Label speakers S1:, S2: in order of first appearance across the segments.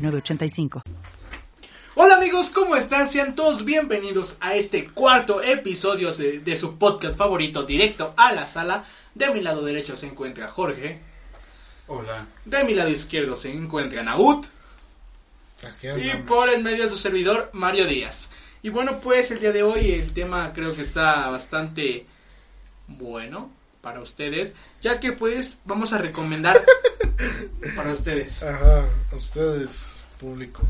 S1: 985.
S2: Hola amigos, ¿cómo están? Sean todos bienvenidos a este cuarto episodio de, de, su podcast favorito, Directo a la Sala. De mi lado derecho se encuentra Jorge.
S3: Hola.
S2: De mi lado izquierdo se encuentra Naut. Y
S3: pues.
S2: por el medio de su servidor, Mario Díaz. Y bueno, pues el día de hoy el tema creo que está bastante bueno para ustedes, ya que pues vamos a recomendar para ustedes.
S3: Ajá, ustedes, público.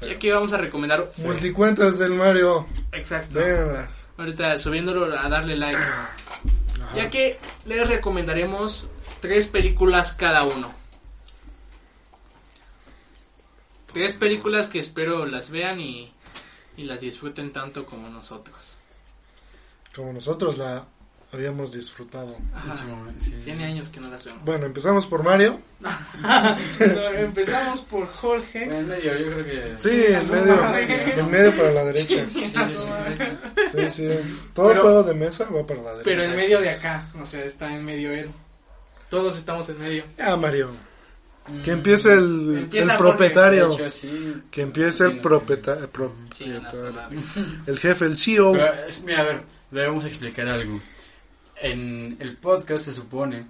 S2: Pero. Ya que vamos a recomendar
S3: sí. multicuentas del Mario.
S2: Exacto. Véanlas. Ahorita subiéndolo a darle like. Ajá. Ya que les recomendaremos tres películas cada uno. Tres películas que espero las vean y, y las disfruten tanto como nosotros.
S3: Como nosotros la habíamos disfrutado.
S2: Ajá, sí, sí, tiene sí. años que no las vemos.
S3: Bueno, empezamos por Mario.
S2: no, empezamos por Jorge.
S4: En el medio, yo creo que.
S3: Sí, en medio. En medio para la derecha. Sí, sí. Todo pero, juego de mesa va para la derecha.
S2: Pero en medio de acá, o sea, está en medio él. Todos estamos en medio.
S3: Ah, Mario. Mm. Que empiece el, Empieza el propietario. Hecho, sí, que empiece el propietario. El jefe, el E CEO.
S4: Pero, mira, a ver, debemos explicar algo en el podcast se supone,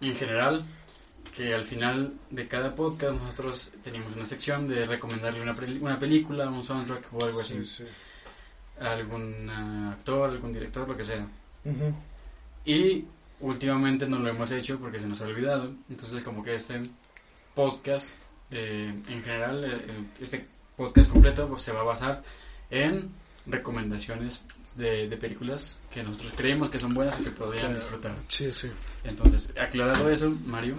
S4: en general, que al final de cada podcast nosotros teníamos una sección de recomendarle una, una película, un soundtrack o algo así. Sí, sí. Algún uh, actor, algún director, lo que sea. Uh -huh. Y últimamente no lo hemos hecho porque se nos ha olvidado. Entonces como que este podcast, eh, en general, el, este podcast completo pues, se va a basar en recomendaciones de, de, películas que nosotros creemos que son buenas y que podrían disfrutar.
S3: Sí, sí.
S4: Entonces, aclarado eso, Mario.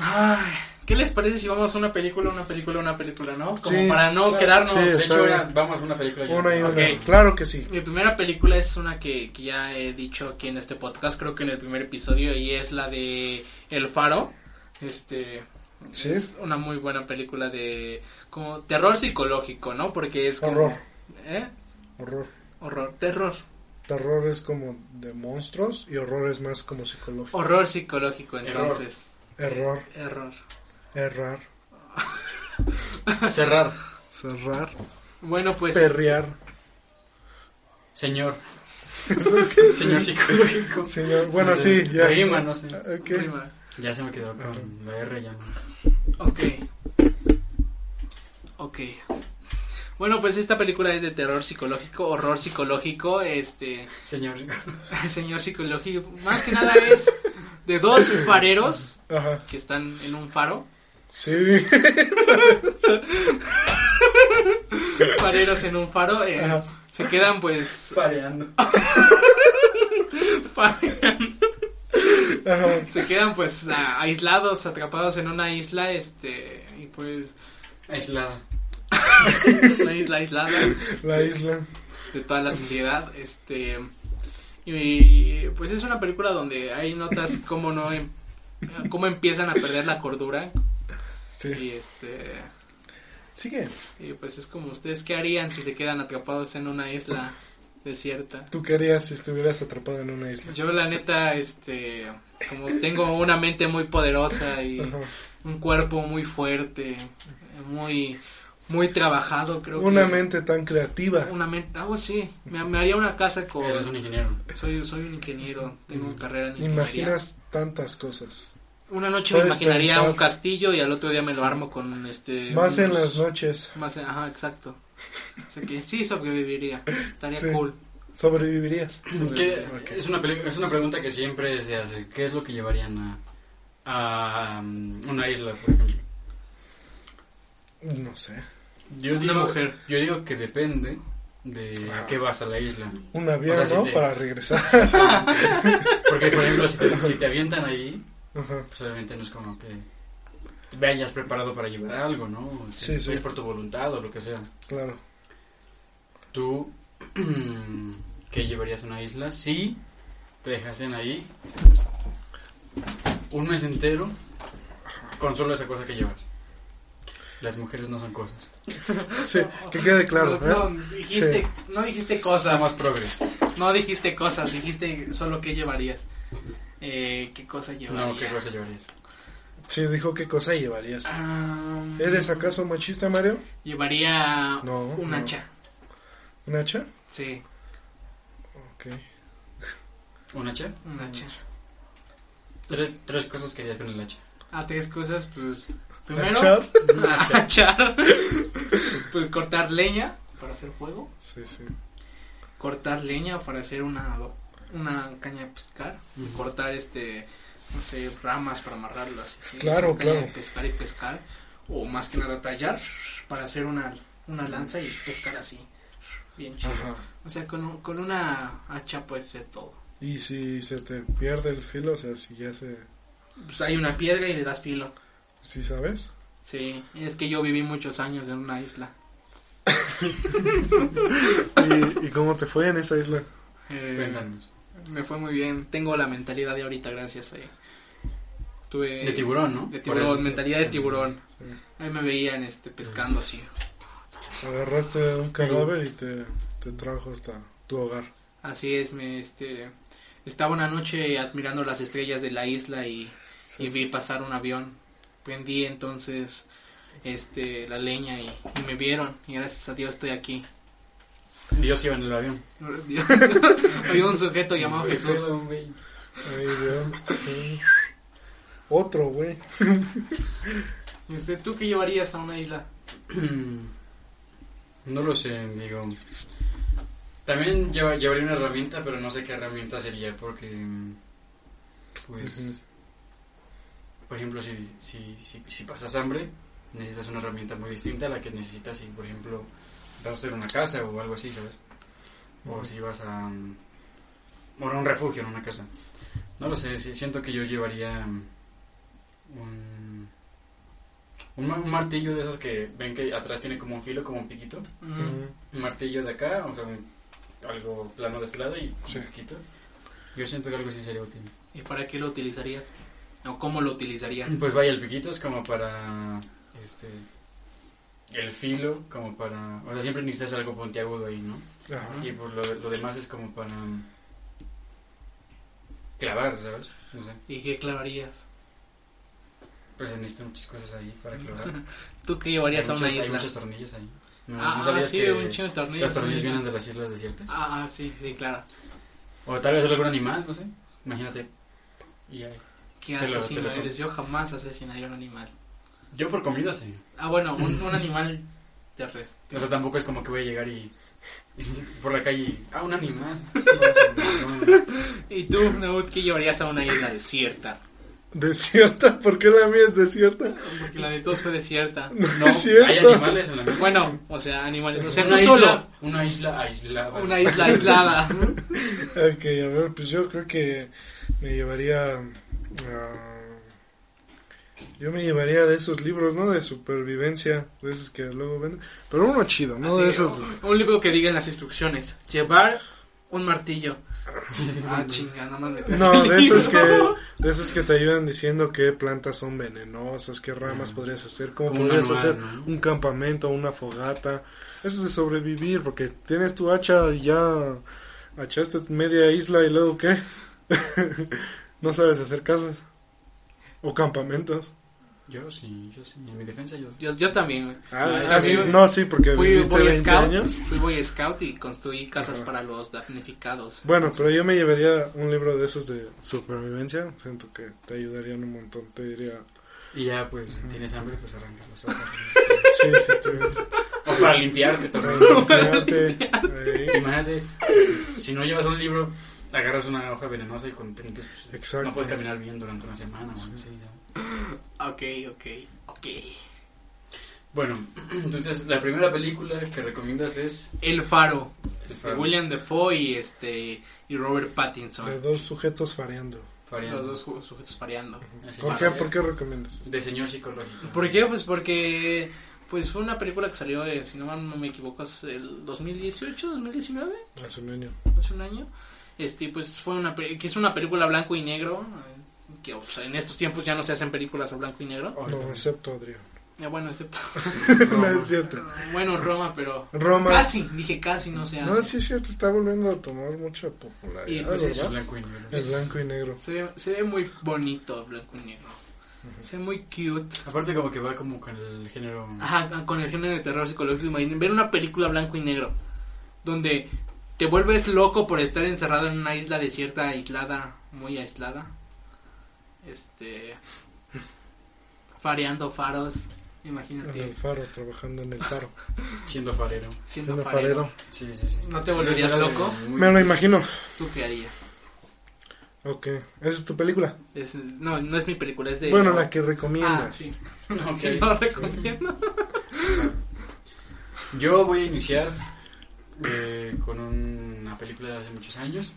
S2: Ay, ¿Qué les parece si vamos a una película, una película, una película, no? Como sí, para no claro, quedarnos.
S4: Sí, de hecho, una, vamos a una película.
S3: Ya. Una y una. Okay. Claro que sí.
S2: Mi primera película es una que, que, ya he dicho aquí en este podcast, creo que en el primer episodio, y es la de El Faro. Este.
S3: ¿Sí?
S2: Es una muy buena película de como terror psicológico, ¿no? Porque es
S3: horror.
S2: Como, ¿eh?
S3: Horror.
S2: Horror, terror.
S3: Terror es como de monstruos y horror es más como psicológico.
S2: Horror psicológico, entonces.
S3: Error.
S2: Error.
S3: Errar.
S4: Cerrar.
S3: Cerrar.
S2: Bueno, pues.
S3: Perrear.
S4: Señor. Señor psicológico.
S3: Señor, bueno, no sé, sí, ya. Ah,
S4: Rima, no sé.
S3: Okay.
S2: Rima.
S4: Ya se me quedó con uh -huh. la R ya no.
S2: Ok. Ok. Bueno, pues esta película es de terror psicológico, horror psicológico, este...
S4: Señor.
S2: señor psicológico. Más que nada es de dos fareros Ajá. que están en un faro.
S3: Sí.
S2: fareros en un faro. Eh, se quedan pues...
S4: Fareando.
S2: Fareando. Ajá. Se quedan pues a, aislados, atrapados en una isla, este... Y pues...
S4: Aislada.
S2: la isla aislada.
S3: La isla.
S2: De toda la sociedad. Este. Y pues es una película donde hay notas cómo no. em, cómo empiezan a perder la cordura.
S3: Sí.
S2: Y este.
S3: Sigue.
S2: Y pues es como ustedes, ¿qué harían si se quedan atrapados en una isla desierta?
S3: ¿Tú qué harías si estuvieras atrapado en una isla?
S2: Yo, la neta, este. Como tengo una mente muy poderosa y Ajá. un cuerpo muy fuerte, muy muy trabajado, creo
S3: una
S2: que,
S3: mente tan creativa.
S2: Una mente, ah, oh, sí, me, me, haría una casa con...
S4: Eres un ingeniero.
S2: Soy, soy un ingeniero, tengo mm. carrera en
S3: ingeniería. Imaginas tantas cosas.
S2: Una noche me imaginaría pensar? un castillo y al otro día me lo armo con este...
S3: Más unos, en las noches.
S2: Más en, ajá, exacto. O sea que sí sobreviviría, estaría sí. cool.
S3: ¿Sobrevivirías?
S4: ¿Qué, okay. es, una es una pregunta que siempre se hace, ¿qué es lo que llevarían a, a um, una isla, por ejemplo?
S3: No sé.
S4: Yo digo, mujer. yo digo que depende de ah. a qué vas a la isla.
S3: Un avión, o sea, ¿no? Si te... Para regresar.
S4: Porque, por ejemplo, si te, si te avientan ahí, uh -huh. pues obviamente no es como que... vayas preparado para llevar algo, ¿no? O sea, sí, sí. por tu voluntad o lo que sea.
S3: Claro.
S4: ¿Tú qué llevarías a una isla si te dejasen ahí un mes entero con solo esa cosa que llevas? Las mujeres no son cosas.
S3: Sí, que quede claro.
S2: No,
S3: ¿eh?
S2: no, dijiste,
S3: Sí.
S2: no dijiste cosas.
S4: Somos progres.
S2: No dijiste cosas, dijiste solo qué llevarías. Eh, ¿Qué cosa llevarías?
S4: No, ¿qué cosa llevarías?
S3: Sí, dijo qué cosa llevarías.
S2: Ah,
S3: ¿Eres acaso machista, Mario?
S2: Llevaría
S3: No,
S2: un
S3: no.
S2: hacha.
S3: ¿Un hacha?
S2: Sí,
S3: Ok.
S4: ¿Un hacha?
S2: un hacha.
S4: Tres, tres cosas que harías con el hacha.
S2: Ah, tres cosas, pues. Primero,
S3: ¿Hachar?
S2: hachar. pues cortar leña para hacer fuego.
S3: Sí, sí.
S2: Cortar leña para hacer una, una caña de pescar. Cortar este. No sé, ramas para amarrarlas. así,
S3: Claro,
S2: hacer caña
S3: claro.
S2: de Pescar y pescar. O más que nada tallar para hacer una, una lanza y pescar así. Bien chido.
S3: Ajá.
S2: O sea, con, un- con una hacha puede ser todo.
S3: Y si se te pierde el filo, o sea, si ya se...
S2: Pues hay una piedra y le das filo.
S3: ¿Sí sabes?
S2: Sí, es que yo viví muchos años en una isla.
S3: ¿Y, y cómo te fue en esa isla?
S2: Eh,
S4: Cuéntanos.
S2: Me fue muy bien. Tengo la mentalidad de ahorita, gracias a Tuve...
S4: De tiburón, ¿no?
S2: eh, De
S4: Por eso.
S2: tiburón, mentalidad de tiburón.
S3: Sí.
S2: Ahí me veían este, pescando así.
S3: Agarraste un cadáver y te, te trajo hasta tu hogar.
S2: Así es, me este... Estaba una noche admirando las estrellas de la isla y, y vi pasar un avión. Prendí entonces este la leña y, y me vieron. Y gracias a Dios estoy aquí.
S4: Dios iba en el avión.
S2: Había un sujeto llamado Jesús.
S3: Ahí veo. Sí. Otro, güey.
S2: Este, ¿Tú qué llevarías a una isla?
S4: No lo sé, digo. También lleva- llevaría una herramienta, pero no sé qué herramienta sería, porque. mm, Pues. Por ejemplo, si, si, si, si pasas hambre, necesitas una herramienta muy distinta a la que necesitas si, por ejemplo, vas a hacer una casa o algo así, ¿sabes? O si vas a. mm, Bueno, a un refugio, en una casa. No lo sé, sí, siento que yo llevaría. mm, Un, un, ma- un martillo de esos que ven que atrás tiene como un filo, como un piquito.
S2: Mm,
S4: Un martillo de acá, o sea, un- algo plano de este lado y
S3: Sí.
S4: un piquito. Yo siento que algo sí sería útil.
S2: ¿Y para qué lo utilizarías? ¿O cómo lo utilizarías?
S4: Pues vaya, el piquito es como para. Este. El filo, como para. O sea, siempre necesitas algo puntiagudo ahí, ¿no?
S3: Ajá.
S4: Y por lo, lo demás es como para. mm, Clavar, ¿sabes? No sé.
S2: ¿Y qué clavarías?
S4: Pues se necesitan muchas cosas ahí para clavar.
S2: ¿Tú qué llevarías
S4: hay,
S2: a una
S4: muchos, hay
S2: isla?
S4: muchos tornillos ahí. No,
S2: Ah,
S4: no
S2: ah,
S4: sabías
S2: sí,
S4: que
S2: un chingo de tornillos.
S4: los tornillos vienen de las islas desiertas.
S2: Ah, ah, sí, sí, claro.
S4: O tal vez algún animal, no sé. Imagínate. Y ahí.
S2: ¿Qué
S4: Te lo- te lo
S2: asesino
S4: compro.
S2: eres? Yo jamás asesinaría a un animal.
S4: Yo por comida sí.
S2: Ah, bueno, un, un animal terrestre.
S4: O sea, tampoco es como que voy a llegar y. y por la calle. y, Ah, un animal. No, no, no.
S2: ¿Y tú, Naud, qué llevarías a una isla desierta?
S3: ¿Desierta? ¿Por qué la mía es desierta?
S2: Porque la de todos fue desierta.
S4: No,
S3: es cierto.
S4: hay animales en la misma.
S2: Bueno, o sea, animales. O sea, no
S4: una
S2: solo
S4: isla, una isla aislada.
S2: una isla aislada.
S3: Ok, a ver, pues yo creo que me llevaría... ah, yo me llevaría de esos libros, ¿no? De supervivencia, de esos que luego venden. Pero uno chido, ¿no? de
S2: Sí,
S3: esos...
S2: o- Un libro que diga en las instrucciones. Llevar un martillo. Ah, chinga, nada más me traje
S3: No,
S2: el
S3: de esos, que,
S2: libro.
S3: de esos que te ayudan diciendo qué plantas son venenosas, qué ramas podrías hacer, cómo
S4: Como un
S3: podrías
S4: manual,
S3: hacer
S4: ¿no?
S3: un campamento, una fogata. Eso es de sobrevivir, porque tienes tu hacha y ya hachaste media isla y luego qué. no sabes hacer casas o campamentos.
S4: Yo sí, yo sí. En mi defensa, yo
S2: Yo, yo también. güey.
S3: Ah,
S2: Yo
S3: ah, sí,
S2: también
S3: no, sí, porque
S2: Fui
S3: viviste
S2: Boy
S3: 20
S2: Scout.
S3: años.
S2: Fui Boy Scout y construí casas para los damnificados.
S3: Bueno, pero yo me llevaría un libro de esos de supervivencia. Siento que te ayudarían un montón, te diría.
S4: Y ya, pues, tienes hambre, pues arrancas las hojas.
S3: Sí, sí, tienes-
S4: o para limpiarte también.
S3: Limpiarte, ahí.
S4: Imagínate, si no llevas un libro, agarras una hoja venenosa y con te limpias, pues,
S3: Exacto.
S4: no puedes caminar bien durante una semana. o algo así, ¿sabes?
S2: Ah, Ok, ok, ok.
S4: Bueno, entonces, la primera película que recomiendas es...
S2: El Faro.
S4: El
S2: De
S4: Faro.
S2: William Defoe y, este, y Robert Pattinson.
S3: De dos sujetos fareando.
S4: Variando.
S2: Los dos ju- sujetos pareando.
S4: Así
S3: ¿Por
S4: es.
S3: qué, ¿Por qué recomiendas?
S4: De señor psicológico.
S2: ¿Por qué? Pues porque pues fue una película que salió, eh, si no mal no me equivoco, es el 2018, 2019,
S3: Hace un año.
S2: hace un año. Este, pues fue una pe- que es una película blanco y negro, eh, que pues, en estos tiempos ya no se hacen películas a blanco y negro.
S3: No, excepto Adrián.
S2: Eh, bueno, excepto
S3: no es cierto.
S2: bueno, Roma, pero
S3: Roma.
S2: casi, dije casi no se hace.
S3: No, sí es cierto, está volviendo a tomar mucha popularidad,
S2: Y, pues,
S4: Es
S3: ¿verdad?
S4: blanco y negro.
S3: El blanco y negro.
S2: Se ve, se ve muy bonito blanco y negro. Se ve muy cute.
S4: Aparte como que va como con el género...
S2: Ajá, ah, con el género de terror psicológico. Imaginen ver una película blanco y negro. Donde te vuelves loco por estar encerrado en una isla desierta, aislada, muy aislada. Este. Fareando faros.
S3: En el
S2: Imagínate.
S3: faro, trabajando en el faro.
S4: Siendo farero.
S2: Siendo,
S3: Siendo
S2: farero.
S3: farero.
S4: Sí, sí, sí.
S2: ¿No te volverías
S4: Era de-
S2: loco?
S4: muy-
S3: Me lo imagino.
S2: ¿Tú qué harías?
S3: Ok, esa es tu película.
S2: Es- no, no es mi película, es de.
S3: Bueno, la que
S2: Ah,
S3: recomiendas.
S2: sí.
S4: Ok.
S2: Que no recomiendo.
S4: Yo voy a iniciar eh, con una película de hace muchos años,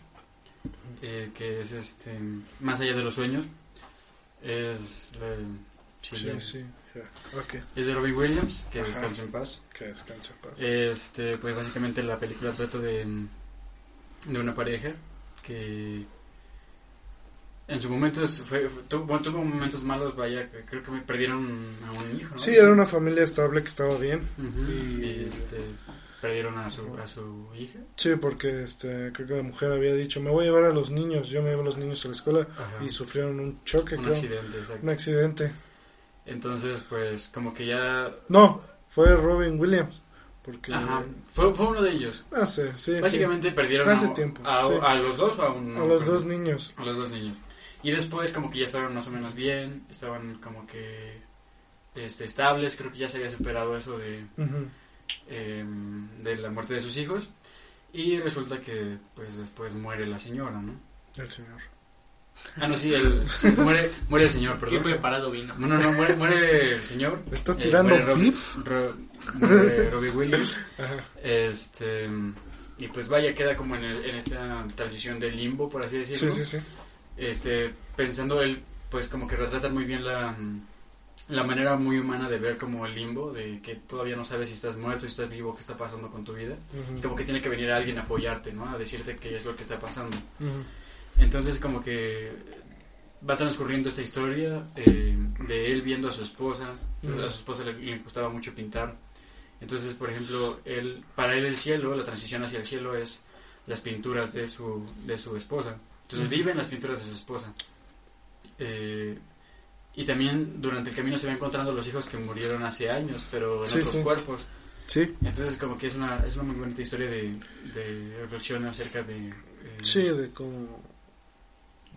S4: eh, que es este Más allá de los sueños. Es, la- sí,
S3: Sí,
S4: ya.
S3: sí, ya. Ok,
S4: es de Robbie Williams, que
S3: Ajá.
S4: descanse en paz.
S3: que descanse en paz.
S4: Este, pues básicamente la película trata de, de una pareja que en su momento es- fue, fue- tuvo, bueno, tuvo momentos malos, vaya, que creo que me perdieron a un hijo, ¿no?
S3: Sí, era una familia estable que estaba bien.
S4: Ujú,
S3: y-
S4: y, este, perdieron a su, a su hija.
S3: Sí, porque este, creo que la mujer había dicho, me voy a llevar a los niños, yo me llevo a los niños a la escuela
S4: Ajá.
S3: y sufrieron un choque,
S4: un
S3: creo.
S4: accidente, exacto.
S3: Un accidente.
S4: Entonces, pues, como que ya...
S3: No, fue Robin Williams. Porque...
S4: Ajá, fue, fue uno de ellos.
S3: Ah, sí, sí, sí.
S4: Básicamente perdieron
S3: Hace
S4: a,
S3: tiempo,
S4: a,
S3: sí.
S4: a los dos o a uno.
S3: A los dos niños.
S4: A los dos niños. Y después como que ya estaban más o menos bien, estaban como que este, estables, creo que ya se había superado eso de,
S3: Ujú.
S4: eh, de la muerte de sus hijos. Y resulta que pues después muere la señora, ¿no?
S3: El señor.
S4: Ah, no, sí, el, sí, muere, muere el señor,
S2: Qué
S4: perdón.
S2: preparado vino.
S4: No, no, no, muere, muere el señor.
S3: ¿Le estás
S4: Eh,
S3: tirando
S4: muere Robbie-
S3: beef?
S4: Ro- muere Robbie Williams.
S3: Ajá.
S4: Este, y pues vaya, queda como en, el- en esta transición de limbo, por así
S3: Sí,
S4: decirlo.
S3: sí, sí.
S4: Este, pensando él, pues como que retratan muy bien la, mm, la manera muy humana de ver como el limbo, de que todavía no sabes si estás muerto, si estás vivo, qué está pasando con tu vida. Y
S3: Ujú.
S4: como que tiene que venir alguien a apoyarte, ¿no? A decirte qué es lo que está pasando.
S3: Ujú.
S4: Entonces como que va transcurriendo esta historia eh, de él viendo a su esposa,
S3: Ujú.
S4: a su esposa le, le gustaba mucho pintar. Entonces, por ejemplo, él, para él el cielo, la transición hacia el cielo es las pinturas de su, de su esposa.
S3: Mm.
S4: Entonces vive en las pinturas de su esposa. Eh, y también durante el camino se va encontrando los hijos que murieron hace años, pero en
S3: Sí,
S4: otros
S3: sí.
S4: cuerpos.
S3: Sí,
S4: Entonces como que es una, es una muy bonita historia de, de reflexión acerca de... eh,
S3: sí, de como...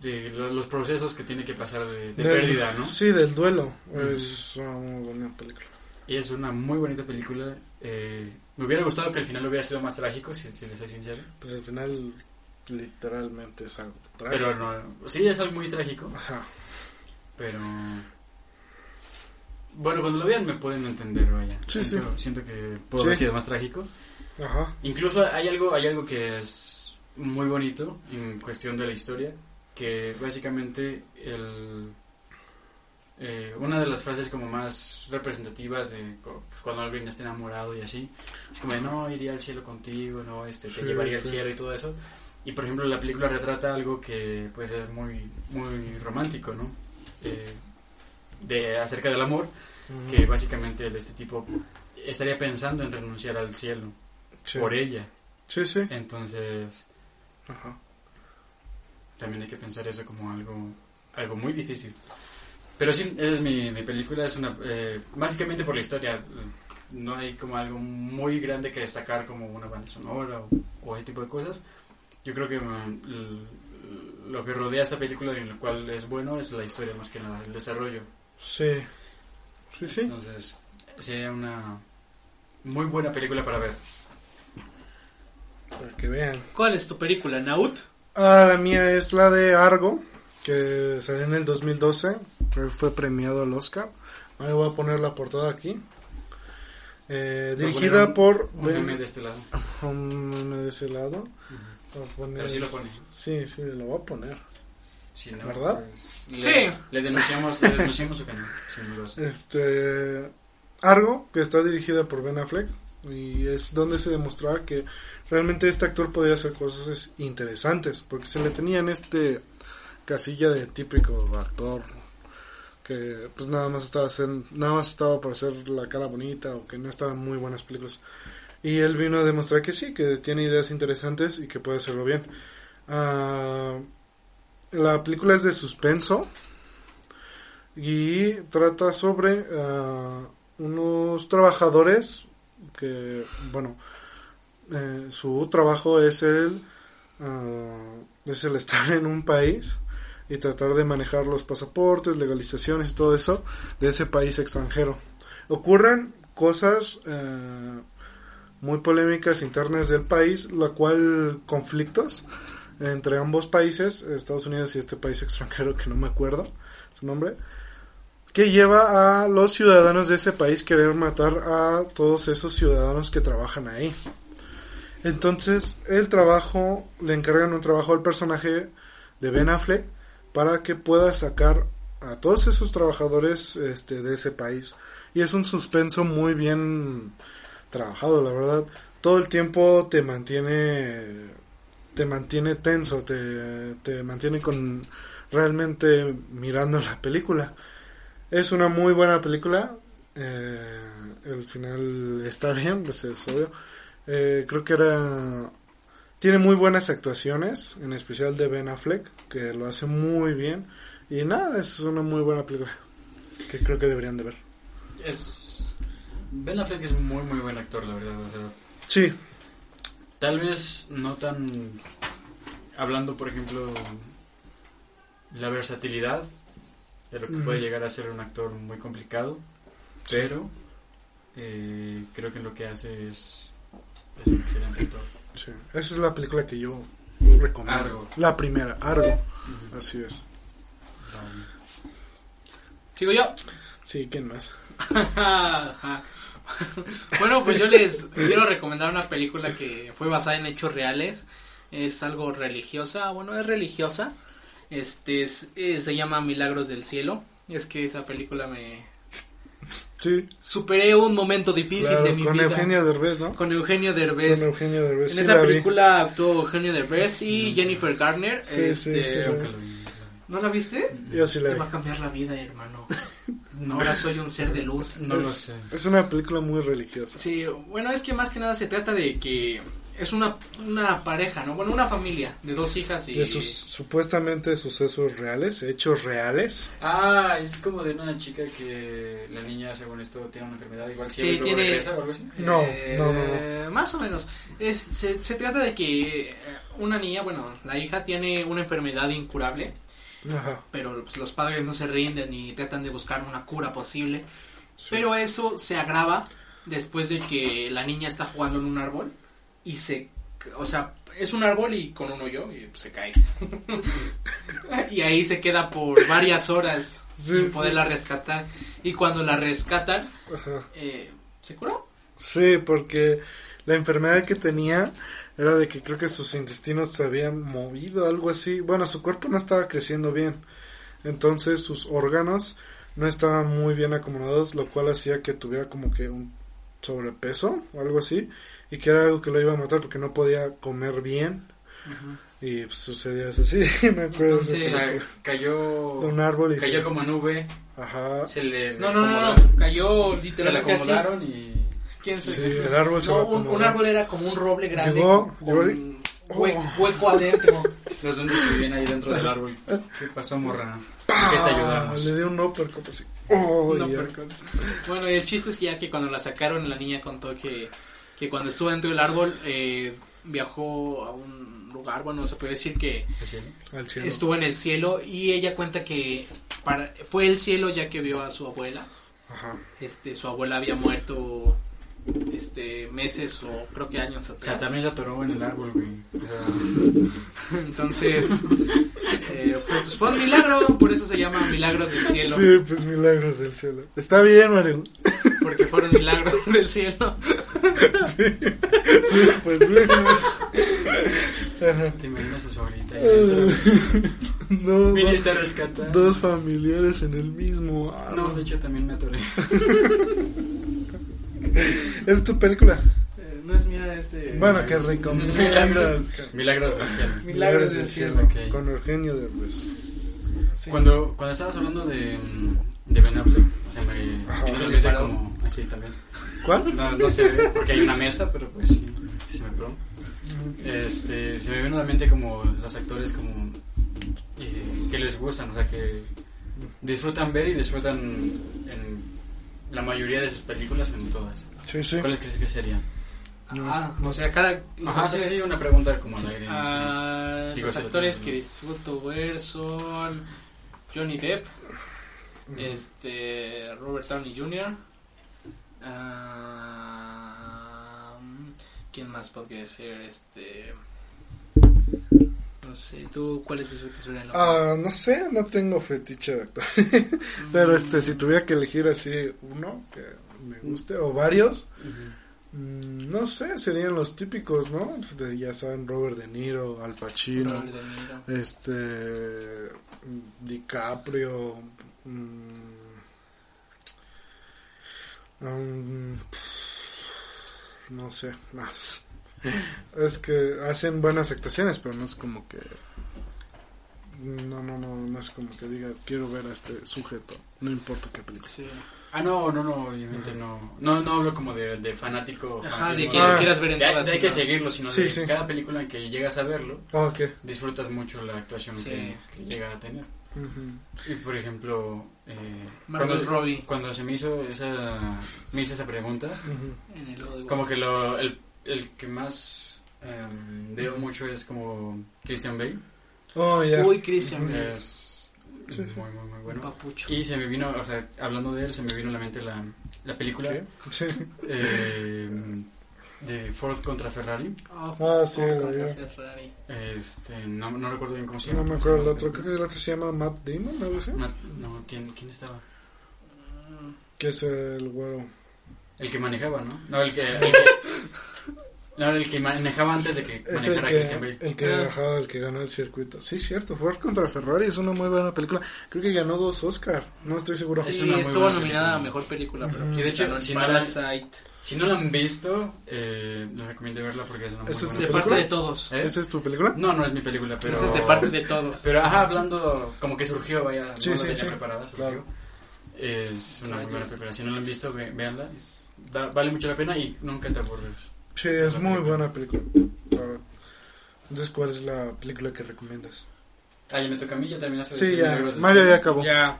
S4: de lo- los procesos que tiene que pasar de, de
S3: del-
S4: pérdida, ¿no?
S3: Sí, del duelo.
S4: Ujú.
S3: Es una muy buena película.
S4: Y es una muy bonita película. eh, me hubiera gustado que el final hubiera sido más trágico, si, si les soy sincero.
S3: Pues al final, literalmente es algo trágico.
S4: Pero no, sí es algo muy trágico,
S3: Ajá.
S4: pero... Bueno, cuando lo vean me pueden entender, vaya.
S3: Sí,
S4: siento,
S3: sí.
S4: siento que pudo
S3: Sí.
S4: haber sido más trágico.
S3: Ajá.
S4: Incluso hay algo, hay algo que es muy bonito en cuestión de la historia, que básicamente el, eh, una de las frases como más representativas de co- pues, cuando alguien está enamorado y así, es como de, no, iría al cielo contigo, no, este, te
S3: Sí,
S4: llevaría al
S3: sí.
S4: cielo y todo eso. Y por ejemplo la película retrata algo que pues es muy, muy romántico, ¿no? Eh, de, acerca del amor,
S3: Ujú.
S4: que básicamente el- este tipo estaría pensando en renunciar al cielo
S3: Sí.
S4: por ella.
S3: Sí, sí.
S4: Entonces,
S3: Ajá.
S4: también hay que pensar eso como algo, algo muy difícil. Pero sí, esa es mi, mi película, es una, eh, básicamente por la historia. No hay como algo muy grande que destacar como una banda sonora o, o ese tipo de cosas. Yo creo que mm, l- lo que rodea esta película y lo cual es bueno es la historia más que nada, el desarrollo.
S3: Sí. Sí, sí.
S4: Entonces, sería una muy buena película para ver.
S3: Para que vean.
S2: ¿Cuál es tu película, Naut?
S3: Ah, la mía es la de Argo, que salió en el 2012, creo que fue premiado al Oscar. Ahora voy a poner la portada aquí. Eh,
S4: Voy a poner
S3: dirigida por
S4: un- un
S3: Ben-
S4: meme de este lado.
S3: un meme de ese lado. Voy a poner-
S4: Pero sí lo pone.
S3: Sí, sí, lo voy a poner.
S4: Si no,
S3: ¿Verdad?
S4: pues, le,
S2: Sí.
S4: Le denunciamos, le denunciamos su canal, sin dudas.
S3: Este, Argo, que está dirigida por Ben Affleck, y es donde se demostraba que realmente este actor podía hacer cosas es- interesantes, porque se le tenía en este casilla de típico actor que pues nada más estaba haciendo- nada más estaba para hacer la cara bonita o que no estaba en muy buenas películas. Y él vino a demostrar que sí, que tiene ideas interesantes y que puede hacerlo bien. Ah, la película es de suspenso y trata sobre ah, unos trabajadores que, bueno, eh, su trabajo es el, ah, es el estar en un país y tratar de manejar los pasaportes, legalizaciones y todo eso de ese país extranjero. Ocurren cosas eh, muy polémicas internas del país, la cual conflictos entre ambos países, Estados Unidos y este país extranjero que no me acuerdo su nombre, que lleva a los ciudadanos de ese país querer matar a todos esos ciudadanos que trabajan ahí. Entonces, el trabajo, le encargan un trabajo al personaje de Ben Affleck para que pueda sacar a todos esos trabajadores este, de ese país. Y es un suspenso muy bien trabajado, la verdad. Todo el tiempo te mantiene te mantiene tenso, te, te mantiene con realmente mirando la película. Es una muy buena película. eh, el final está bien, pues es obvio. Eh, creo que era. Tiene muy buenas actuaciones, en especial de Ben Affleck, que lo hace muy bien. Y nada, es una muy buena película que creo que deberían de ver.
S4: Es, ben Affleck es muy, muy buen actor, la verdad. O sea,
S3: Sí,
S4: Tal vez no tan hablando, por ejemplo, la versatilidad de lo que
S3: Ujú.
S4: puede llegar a ser un actor muy complicado,
S3: Sí.
S4: pero eh, creo que lo que hace es, es un excelente actor.
S3: sí. Esa es la película que yo recomiendo.
S4: Argo.
S3: La primera, Argo.
S4: Ujú.
S3: Así es.
S2: Sigo yo.
S3: Sí, ¿quién más?
S2: Ajá. bueno, pues yo les quiero recomendar una película que fue basada en hechos reales. Es algo religiosa, bueno, es religiosa. Este es- eh, se llama Milagros del Cielo. Es que esa película me
S3: Sí,
S2: superé un momento difícil
S3: claro,
S2: de mi
S3: con
S2: vida.
S3: Eugenio Derbez, ¿no?
S2: Con Eugenio Derbez.
S3: Con Eugenio
S2: en
S3: Derbez. sí
S2: esa
S3: la vi. Mm.
S2: película actuó Eugenio Derbez y Jennifer Garner.
S3: Sí, sí,
S2: Este,
S3: sí, la vi.
S4: Nunca lo vi, la-
S2: ¿No la viste?
S3: Yo sí la
S2: Te
S3: vi.
S2: va a cambiar la vida, hermano. Ahora soy un ser de luz.
S4: No lo
S3: Es-
S4: sé.
S3: Es una película muy religiosa.
S2: Sí, bueno, es que más que nada se trata de que es una, una pareja, ¿no? Bueno, una familia de dos hijas y...
S3: De sus supuestamente sucesos reales, hechos reales.
S4: Ah, es como de una chica que la niña, según esto, tiene una enfermedad igual
S2: Sí,
S4: si luego
S2: tiene-
S4: regresa o algo así.
S3: No,
S2: Eh,
S3: no, no,
S2: Más o menos. Es, se, se trata de que eh, una niña, bueno, la hija tiene una enfermedad incurable,
S3: Ajá.
S2: pero pues, los padres no se rinden y tratan de buscar una cura posible.
S3: sí.
S2: Pero eso se agrava después de que la niña está jugando en un árbol y se... O sea, es un árbol y con un hoyo y se cae. y ahí se queda por varias horas
S3: Sí,
S2: sin poderla
S3: sí.
S2: rescatar. Y cuando la rescatan,
S3: Ajá.
S2: eh, ¿se curó?
S3: Sí, porque la enfermedad que tenía era de que creo que sus intestinos se habían movido, algo así. Bueno, su cuerpo no estaba creciendo bien. Entonces sus órganos no estaban muy bien acomodados, lo cual hacía que tuviera como que un sobrepeso o algo así. Y que era algo que lo iba a matar porque no podía comer bien. Y pues, sucedía eso. Sí, me acuerdo. de
S4: O
S2: Entonces,
S4: sea, cayó,
S3: de un árbol y se-
S4: cayó como nube,
S3: Ajá.
S4: se le...
S2: No, no, no,
S4: acomodaron.
S2: no, cayó
S4: Se la
S2: literalmente así.
S4: acomodaron y...
S2: ¿Quién se-
S3: Sí, el árbol se
S2: No,
S3: lo
S2: un,
S3: acomodó.
S2: un árbol era como un roble grande
S3: Llegó,
S2: con
S3: llegó Oh.
S2: hue- hueco, adentro.
S4: Los duendes que vivían ahí dentro del árbol. ¿Qué pasó, morra? ¿Qué te
S3: Ah, le
S4: ayudamos?
S3: di un uppercut así. Oh,
S2: No,
S3: y ya.
S2: pero- Bueno, el chiste es que ya que cuando la sacaron, la niña contó que, que cuando estuvo dentro del árbol eh, viajó a un lugar, bueno, se puede decir que
S4: Pues
S3: Al cielo.
S2: estuvo en el cielo y ella cuenta que para, fue el cielo ya que vio a su abuela.
S3: Ajá.
S2: Este, su abuela había muerto este meses o creo que años
S4: O sea,
S2: atrás.
S4: también la atoró en el árbol, güey. O sea,
S2: Entonces, eh, fue, pues fue un milagro, por eso se llama milagros del cielo,
S3: Sí, pues milagros del cielo. Está bien, Mario.
S2: porque fueron milagros del cielo.
S3: Sí, sí pues sí. Ajá.
S4: te imaginas a su abuelita ahí dentro.
S3: Eh, No,
S4: Viniste a
S3: no.
S4: rescatar.
S3: Dos familiares en el mismo
S4: No,
S3: árbol.
S4: de hecho también me atoré.
S3: Es tu película.
S2: Eh, no es mía este...
S3: Bueno, que recomiendas.
S4: Milagros, milagros del cielo.
S2: Milagros del cielo.
S4: ok.
S3: Con Eugenio pues, Derbez.
S2: Sí.
S4: Cuando, cuando estabas hablando de, mm, de Ben Affleck, o sea, me vino
S2: se
S4: la
S2: le
S4: mente
S2: paró.
S4: como así también.
S3: ¿Cuál?
S4: No, no se ve porque hay una mesa, pero pues sí, sí se me paró. Este, se me vino a la mente como los actores como eh, que les gustan, o sea, que disfrutan ver y disfrutan en la mayoría de sus películas, en todas.
S3: Sí, sí.
S4: ¿Cuáles crees que serían?
S2: Ah, o sea, cada... los
S4: Ajá, sí,
S2: actores-
S4: sí, una pregunta como al aire. no sé.
S2: Ah,
S4: Digo,
S2: los
S4: se lo
S2: actores
S4: tienen,
S2: que
S4: ¿no?
S2: disfruto ver son Johnny Depp, este Robert Downey Jr. ah, ¿Quién más podría ser? Este, no sé, ¿tú cuáles disfrutas ver en la
S3: Ah, no sé, no tengo fetiche de actor. Pero
S2: Mm,
S3: este, si tuviera que elegir así uno que me guste, o varios,
S4: Ujú.
S3: mm, no sé, serían los típicos, ¿no? De- ya saben, Robert De Niro, Al Pacino,
S2: Robert De Niro.
S3: este, mm, DiCaprio, mm, um, pff, no sé, más. Es que hacen buenas actuaciones, pero no es como que... No, no, no, no es como que diga, quiero ver a este sujeto, no importa qué película.
S2: Sí.
S4: Ah, no, no, no, obviamente no. No, no hablo como de, de fanático.
S2: Ajá, de
S4: fanatismo,
S2: que
S3: Ah.
S2: quieras ver en
S4: de-
S2: todas.
S4: de hay que
S2: ¿no?
S4: seguirlo, sino
S3: Sí,
S4: de
S3: sí.
S4: cada película en que llegas a verlo,
S3: Ah, ok.
S4: disfrutas mucho la actuación
S2: Sí.
S4: que, que llega a tener.
S3: Ujú.
S4: Y por ejemplo, eh,
S2: Margot
S4: cuando,
S2: Robbie.
S4: cuando se me hizo esa, me hizo esa pregunta,
S3: Ujú.
S2: En el logo de
S4: como que lo, el, el que más em, veo mucho es como Christian Bale.
S3: Oh, ya.
S2: Uy, Christian, Bale,
S4: Es
S3: Sí, sí.
S4: muy, muy, muy
S2: un
S4: Eh, bueno.
S2: papucho.
S4: Y se me vino, o sea, hablando de él, se me vino a la mente la, la película
S3: ¿Qué? Sí.
S4: eh, de Ford contra Ferrari.
S2: Ah,
S3: Ah, sí,
S2: contra
S3: la vi.
S2: Ferrari.
S4: Este, no, no recuerdo bien cómo se llama.
S3: No me acuerdo el otro, creo que el otro se llama Matt Damon, algo así.
S4: Ma- No, ¿quién, ¿quién estaba?
S2: Mm,
S3: Que es el güero.
S4: El que manejaba, ¿no? No, el que... el que- no, el que manejaba antes de que
S3: Es el
S4: manejara Christian
S3: que,
S4: Bale.
S3: el que
S2: Ah.
S3: ajá, el que ganó el circuito. Sí, cierto. Ford contra Ferrari es una muy buena película. Creo que ganó dos Oscar. No estoy seguro.
S4: Es
S2: Sí,
S4: una muy
S2: estuvo
S4: buena
S2: nominada a
S4: película.
S2: mejor película, pero
S3: Ujú.
S2: pues,
S4: Y de hecho,
S2: ganó
S4: si no la-
S2: Parasite.
S4: Si no la han visto, eh, les recomiendo verla porque es una muy
S3: Ese es
S4: buena
S2: De
S3: película?
S2: parte de todos.
S4: película. ¿Eh?
S3: ¿Esa es tu película?
S4: No, no es mi película, pero...
S2: Ese es de parte de todos.
S4: Pero, ajá, hablando... Como que surgió, vaya,
S3: Sí,
S4: no
S3: sí,
S4: la tenía
S3: sí.
S4: preparada, surgió.
S3: Claro.
S4: Es una muy
S2: Rayos.
S4: buena película. Si no la han visto, ve- véanla. Es- da- vale mucho la pena y nunca te aburres.
S3: Sí, es
S4: La
S3: muy
S4: película.
S3: buena película. la verdad. Entonces, ¿cuál es la película que recomiendas?
S4: Ah, ya me toca a mí, ya terminaste de
S3: Sí,
S4: decir
S3: ya.
S4: Milagros del
S3: Mario
S4: Cielo.
S3: ya acabó.
S2: Ya.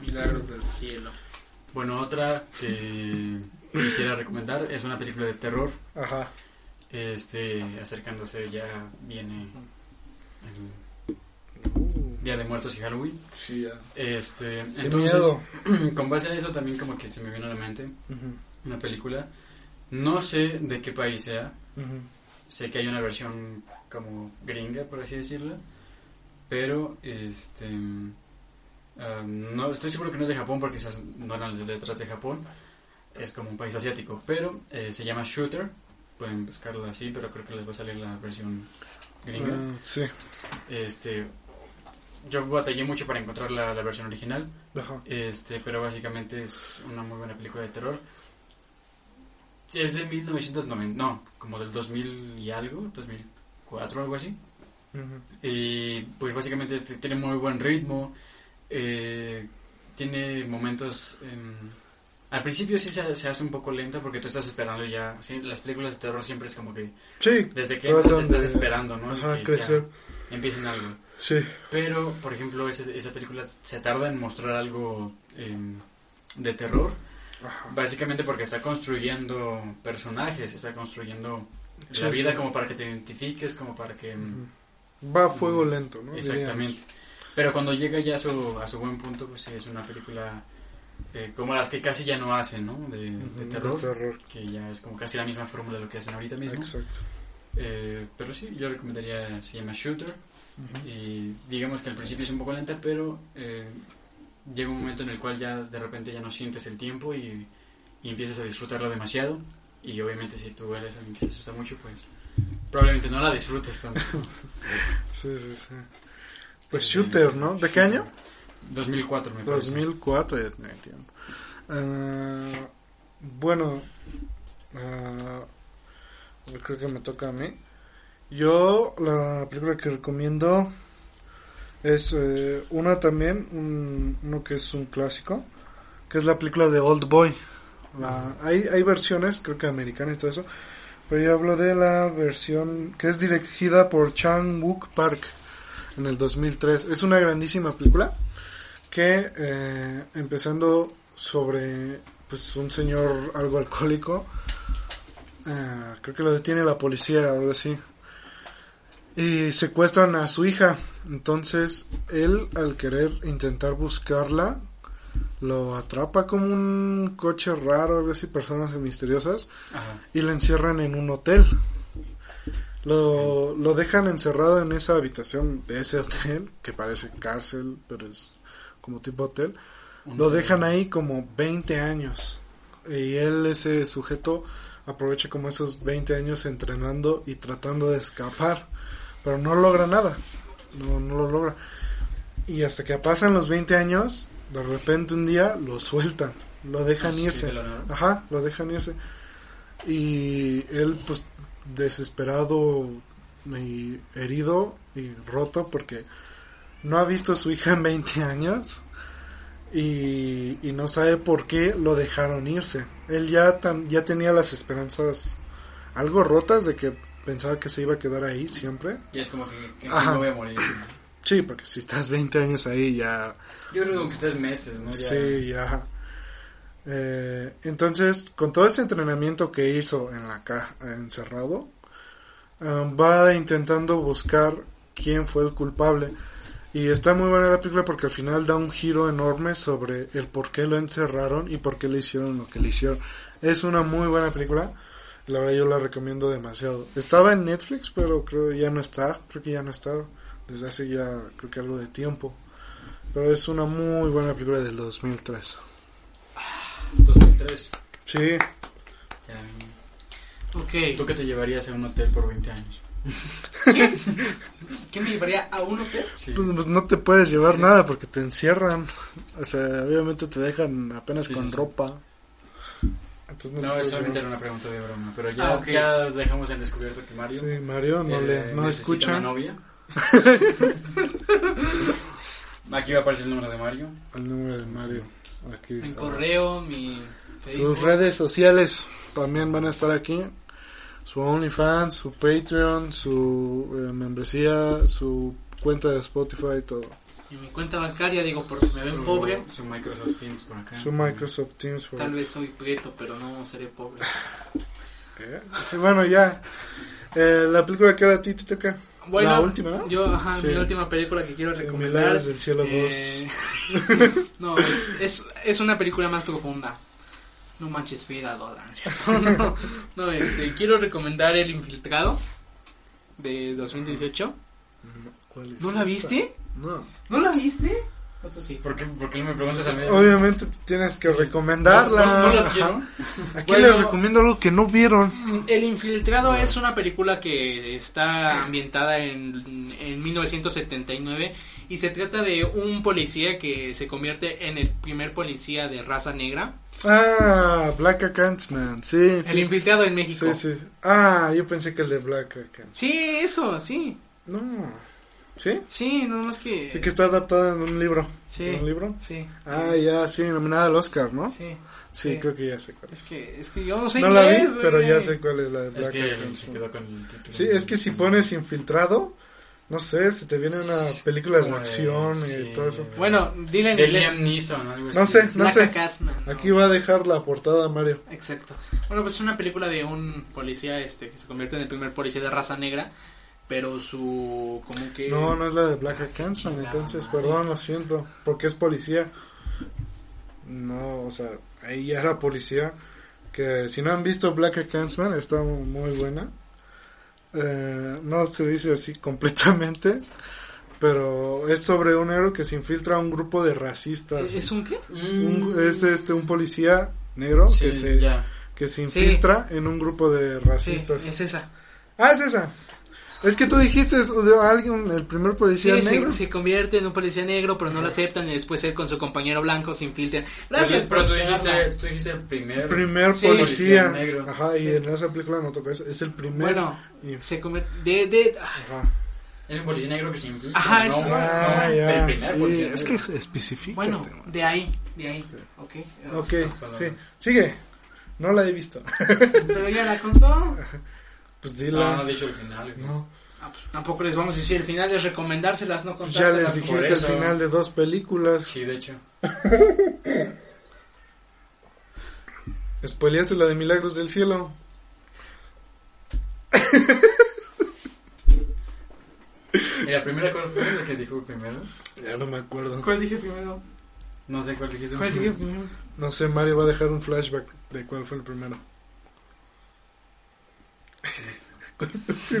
S2: Milagros del cielo.
S4: Bueno, otra que quisiera recomendar es una película de terror.
S3: Ajá.
S4: Este, acercándose ya viene el
S3: Uh,
S4: Día de Muertos y Halloween.
S3: sí, ya.
S4: Este,
S3: Qué
S4: entonces,
S3: miedo.
S4: con base a eso también como que se me vino a la mente
S3: Ujú,
S4: una película. No sé de qué país sea.
S3: ujú.
S4: Sé que hay una versión como gringa, por así decirlo. Pero, este... ah, no, estoy seguro que no es de Japón porque esas no eran las letras de Japón. Es como un país asiático. Pero eh, se llama Shooter. Pueden buscarla así, pero creo que les va a salir la versión gringa.
S3: Ah, sí.
S4: Este, yo batallé mucho para encontrar la, la versión original,
S3: Ajá.
S4: este, pero básicamente es una muy buena película de terror. Es de 1990, no, como del 2000 y algo, 2004 algo así.
S3: Ujú.
S4: Y pues básicamente este, tiene muy buen ritmo, eh, tiene momentos... em, al principio sí se, se hace un poco lenta porque tú estás esperando ya, ¿sí? las películas de terror siempre es como que
S3: Sí.
S4: desde que
S3: tratan
S4: entras estás
S3: de-
S4: esperando, ¿no?
S3: Ajá,
S4: que ya
S3: crecer.
S4: empiecen algo.
S3: Sí.
S4: Pero, por ejemplo, ese- esa película se tarda en mostrar algo em, de terror,
S3: Ajá.
S4: básicamente porque está construyendo personajes, está construyendo
S3: Sí,
S4: la vida
S3: sí.
S4: como para que te identifiques, como para que... em,
S3: Va a fuego lento, ¿no?
S4: Exactamente.
S3: pues.
S4: Pero cuando llega ya a su, a su buen punto, pues sí, es una película eh, como las que casi ya no hacen, ¿no? De, de
S3: Diríamos. Ujú,
S4: terror,
S3: de terror.
S4: que ya es como casi la misma fórmula de lo que hacen ahorita mismo.
S3: Exacto.
S4: Eh, pero sí, yo recomendaría, se llama Shooter,
S3: Ujú.
S4: y digamos que al principio es un poco lenta, pero eh, llega un momento en el cual ya de repente ya no sientes el tiempo y, y empiezas a disfrutarlo demasiado. Y obviamente si tú eres alguien que se asusta mucho, pues probablemente no la disfrutes tanto.
S3: Sí, sí, sí. Pues shooter, ¿no? ¿De qué año?
S4: 2004, me parece.
S3: 2004, ya tenía tiempo. Ah, bueno, ah, yo creo que me toca a mí. Yo la película que recomiendo es eh, una también, un- uno que es un clásico, que es la película de Old Boy. La- hay, hay versiones, creo que americanas y todo eso, pero yo hablo de la versión que es dirigida por Chang Wook Park en el 2003. Es una grandísima película que eh, empezando sobre pues un señor algo alcohólico, eh, creo que lo detiene la policía o algo así y secuestran a su hija. Entonces, él al querer intentar buscarla, lo atrapa como un coche raro, algo así, personas misteriosas,
S4: Ajá.
S3: y lo encierran en un hotel. Lo, lo dejan encerrado en esa habitación de ese hotel, que parece cárcel, pero es como tipo hotel. Lo dejan ahí como 20 años. Y él, ese sujeto, aprovecha como esos 20 años entrenando y tratando de escapar. Pero no logra nada. No, no lo logra. Y hasta que pasan los 20 años, de repente un día lo sueltan. Lo dejan
S4: Así de
S3: irse.
S4: la nada.
S3: Ajá, lo dejan irse. Y él, pues, desesperado y herido y roto porque no ha visto a su hija en 20 años y, y no sabe por qué lo dejaron irse. Él ya, tam- ya tenía las esperanzas algo rotas de que pensaba que se iba a quedar ahí siempre.
S4: Y es como que, que
S3: Ajá.
S4: no voy a morir.
S3: Sí, porque si estás 20 años ahí ya...
S4: Yo creo que estás meses, ¿no? Ya.
S3: Sí, ya. Eh, entonces, con todo ese entrenamiento que hizo en la caja, encerrado, ah, va intentando buscar quién fue el culpable. Y está muy buena la película porque al final da un giro enorme sobre el por qué lo encerraron y por qué le hicieron lo que le hicieron. Es una muy buena película. La verdad yo la recomiendo demasiado. Estaba en Netflix, pero creo ya no está. Creo que ya no está desde hace ya creo que algo de tiempo. Pero es una muy buena película del 2003.
S4: 2003.
S3: Sí,
S4: Ya.
S2: Ok.
S4: ¿Tú qué te llevarías a un hotel por 20 años?
S2: ¿Qué me llevaría a un hotel?
S4: Sí.
S3: pues pues, no te puedes llevar nada porque te encierran. O sea, obviamente te dejan apenas
S4: Sí,
S3: con
S4: sí, sí.
S3: ropa. Entonces no, te
S4: No,
S3: puedes
S4: es solamente era
S3: llevar.
S4: una pregunta de broma, pero ya,
S2: Ah, ok.
S4: ya dejamos en descubierto que Mario
S3: Sí, Mario no,
S4: eh,
S3: le, no
S4: necesita
S3: escucha.
S4: una novia. Aquí va a aparecer el número de Mario.
S3: El número de Mario. Aquí. ah,
S2: Mi correo, mi Facebook.
S3: Sus redes sociales también van a estar aquí. Su OnlyFans, su Patreon, su eh, membresía, su cuenta de Spotify, todo.
S2: Y mi cuenta bancaria, digo, por si me ven
S4: Su-
S2: pobre.
S4: Su Microsoft Teams por acá.
S3: Su Microsoft Teams. por
S2: Tal vez soy prieto, pero no seré pobre.
S3: Sí, bueno, ya. Eh, la película que ahora a ti te toca.
S2: Bueno,
S3: la última, ¿no?
S2: Yo, ajá,
S3: Sí.
S2: mi última película que quiero
S3: Sí,
S2: recomendar. Eh,
S3: Milagros del Cielo
S2: no, es, es, es una película más profunda. No manches, vida, Dolan. No, no, no, este, quiero recomendar El Infiltrado de 2018.
S3: ¿Cuál es
S2: ¿No la
S3: esa?
S2: viste?
S3: No.
S2: ¿No la viste? Ah, tú sí.
S4: ¿Por qué, por qué me preguntas a mí?
S3: Obviamente tienes que recomendarla.
S4: ¿No, no, no la
S3: Ajá.
S4: quiero?
S3: Aquí
S2: Bueno.
S3: les recomiendo algo que no vieron.
S2: El Infiltrado es una película que está ambientada en, en 1979 y se trata de un policía que se convierte en el primer policía de raza negra.
S3: Ah, Black Acansman. Sí,
S2: El
S3: sí.
S2: Infiltrado en México.
S3: Sí, sí. Ah, yo pensé que el de Black Acans.
S2: Sí, eso, sí.
S3: No. ¿Sí?
S2: Sí, no más que.
S3: Sí que está adaptada en un libro.
S2: Sí.
S3: ¿En un libro?
S2: Sí,
S3: Ah, ya, sí, nominada al Oscar, ¿no? Sí,
S2: sí. sí.
S3: creo que ya sé cuál
S2: Es
S3: es.
S2: que, es que yo no sé
S3: No la vi,
S2: inglés, güey.
S3: pero ya sé cuál es la de
S4: Es
S3: Black
S4: que
S3: Acans.
S4: se quedó con el título.
S3: Sí, es que si pones infiltrado, no sé, se te vienen unas películas de
S4: Como de-
S3: acción
S4: sí.
S3: y todo eso.
S2: Bueno, dile en
S4: De
S2: inglés.
S4: Liam Neeson, algo así.
S3: No sé, no
S2: Black
S3: sé.
S2: Acasman, ¿no?
S3: Aquí va a dejar la portada Mario.
S2: Exacto. Bueno, pues es una película de un policía este que se convierte en el primer policía de raza negra, pero su como que
S3: No, no es la de Black Cansman,
S2: chingada
S3: entonces,
S2: madre.
S3: perdón, lo siento, porque es policía. No, o sea, ahí ya era policía. Que si no han visto Black Cansman, está muy buena. Eh, no se dice así completamente, pero es sobre un héroe que se infiltra a un grupo de racistas.
S2: ¿Es, es un qué?
S3: un- es este un policía negro
S4: Mm. Sí,
S3: que se
S4: ya.
S3: que se infiltra en un grupo de
S2: Sí,
S3: racistas.
S2: es esa.
S3: Ah, es esa. Es que tú dijiste eso de alguien, el primer policía
S2: Sí, se,
S3: negro.
S2: se convierte en un policía negro, pero no lo aceptan y después él con su compañero blanco se infiltra. Gracias.
S4: Gracias, pero tú
S2: por-
S4: dijiste, tú dijiste el primer.
S3: Primer
S2: Sí,
S3: policía.
S4: policía negro.
S3: Ajá, y en esa película no toca eso. Es el primer.
S2: Bueno,
S3: y-
S2: se convierte. De, de, ah,
S3: Ajá.
S4: Es un policía negro que se infiltra.
S2: Ajá,
S4: no,
S2: es-
S4: no,
S3: Ah,
S4: no,
S3: ya,
S4: El primer
S3: sí,
S4: policía
S3: es que
S4: negro.
S3: especifica.
S2: bueno, de ahí, de ahí. Ok.
S3: Ok,
S4: palabras.
S3: sí. Sigue. No la he visto.
S2: Pero ya la contó.
S3: Pues
S4: No, no he
S3: dila.
S4: dicho el final. güey.
S3: No.
S2: Ah, pues, tampoco les vamos a decir el final, es recomendárselas, no
S3: Pues ya
S2: contárselas.
S3: les
S4: por
S3: dijiste el
S4: eso.
S3: final de dos películas.
S4: Sí, de hecho.
S3: Spoileaste la de Milagros del Cielo.
S4: ¿Y la primera cuál fue la que dijo primero?
S3: Ya no me acuerdo.
S2: ¿Cuál dije primero?
S4: No sé cuál dijiste.
S2: ¿Cuál dije primero?
S3: No sé, Mario va a dejar un flashback de cuál fue el primero.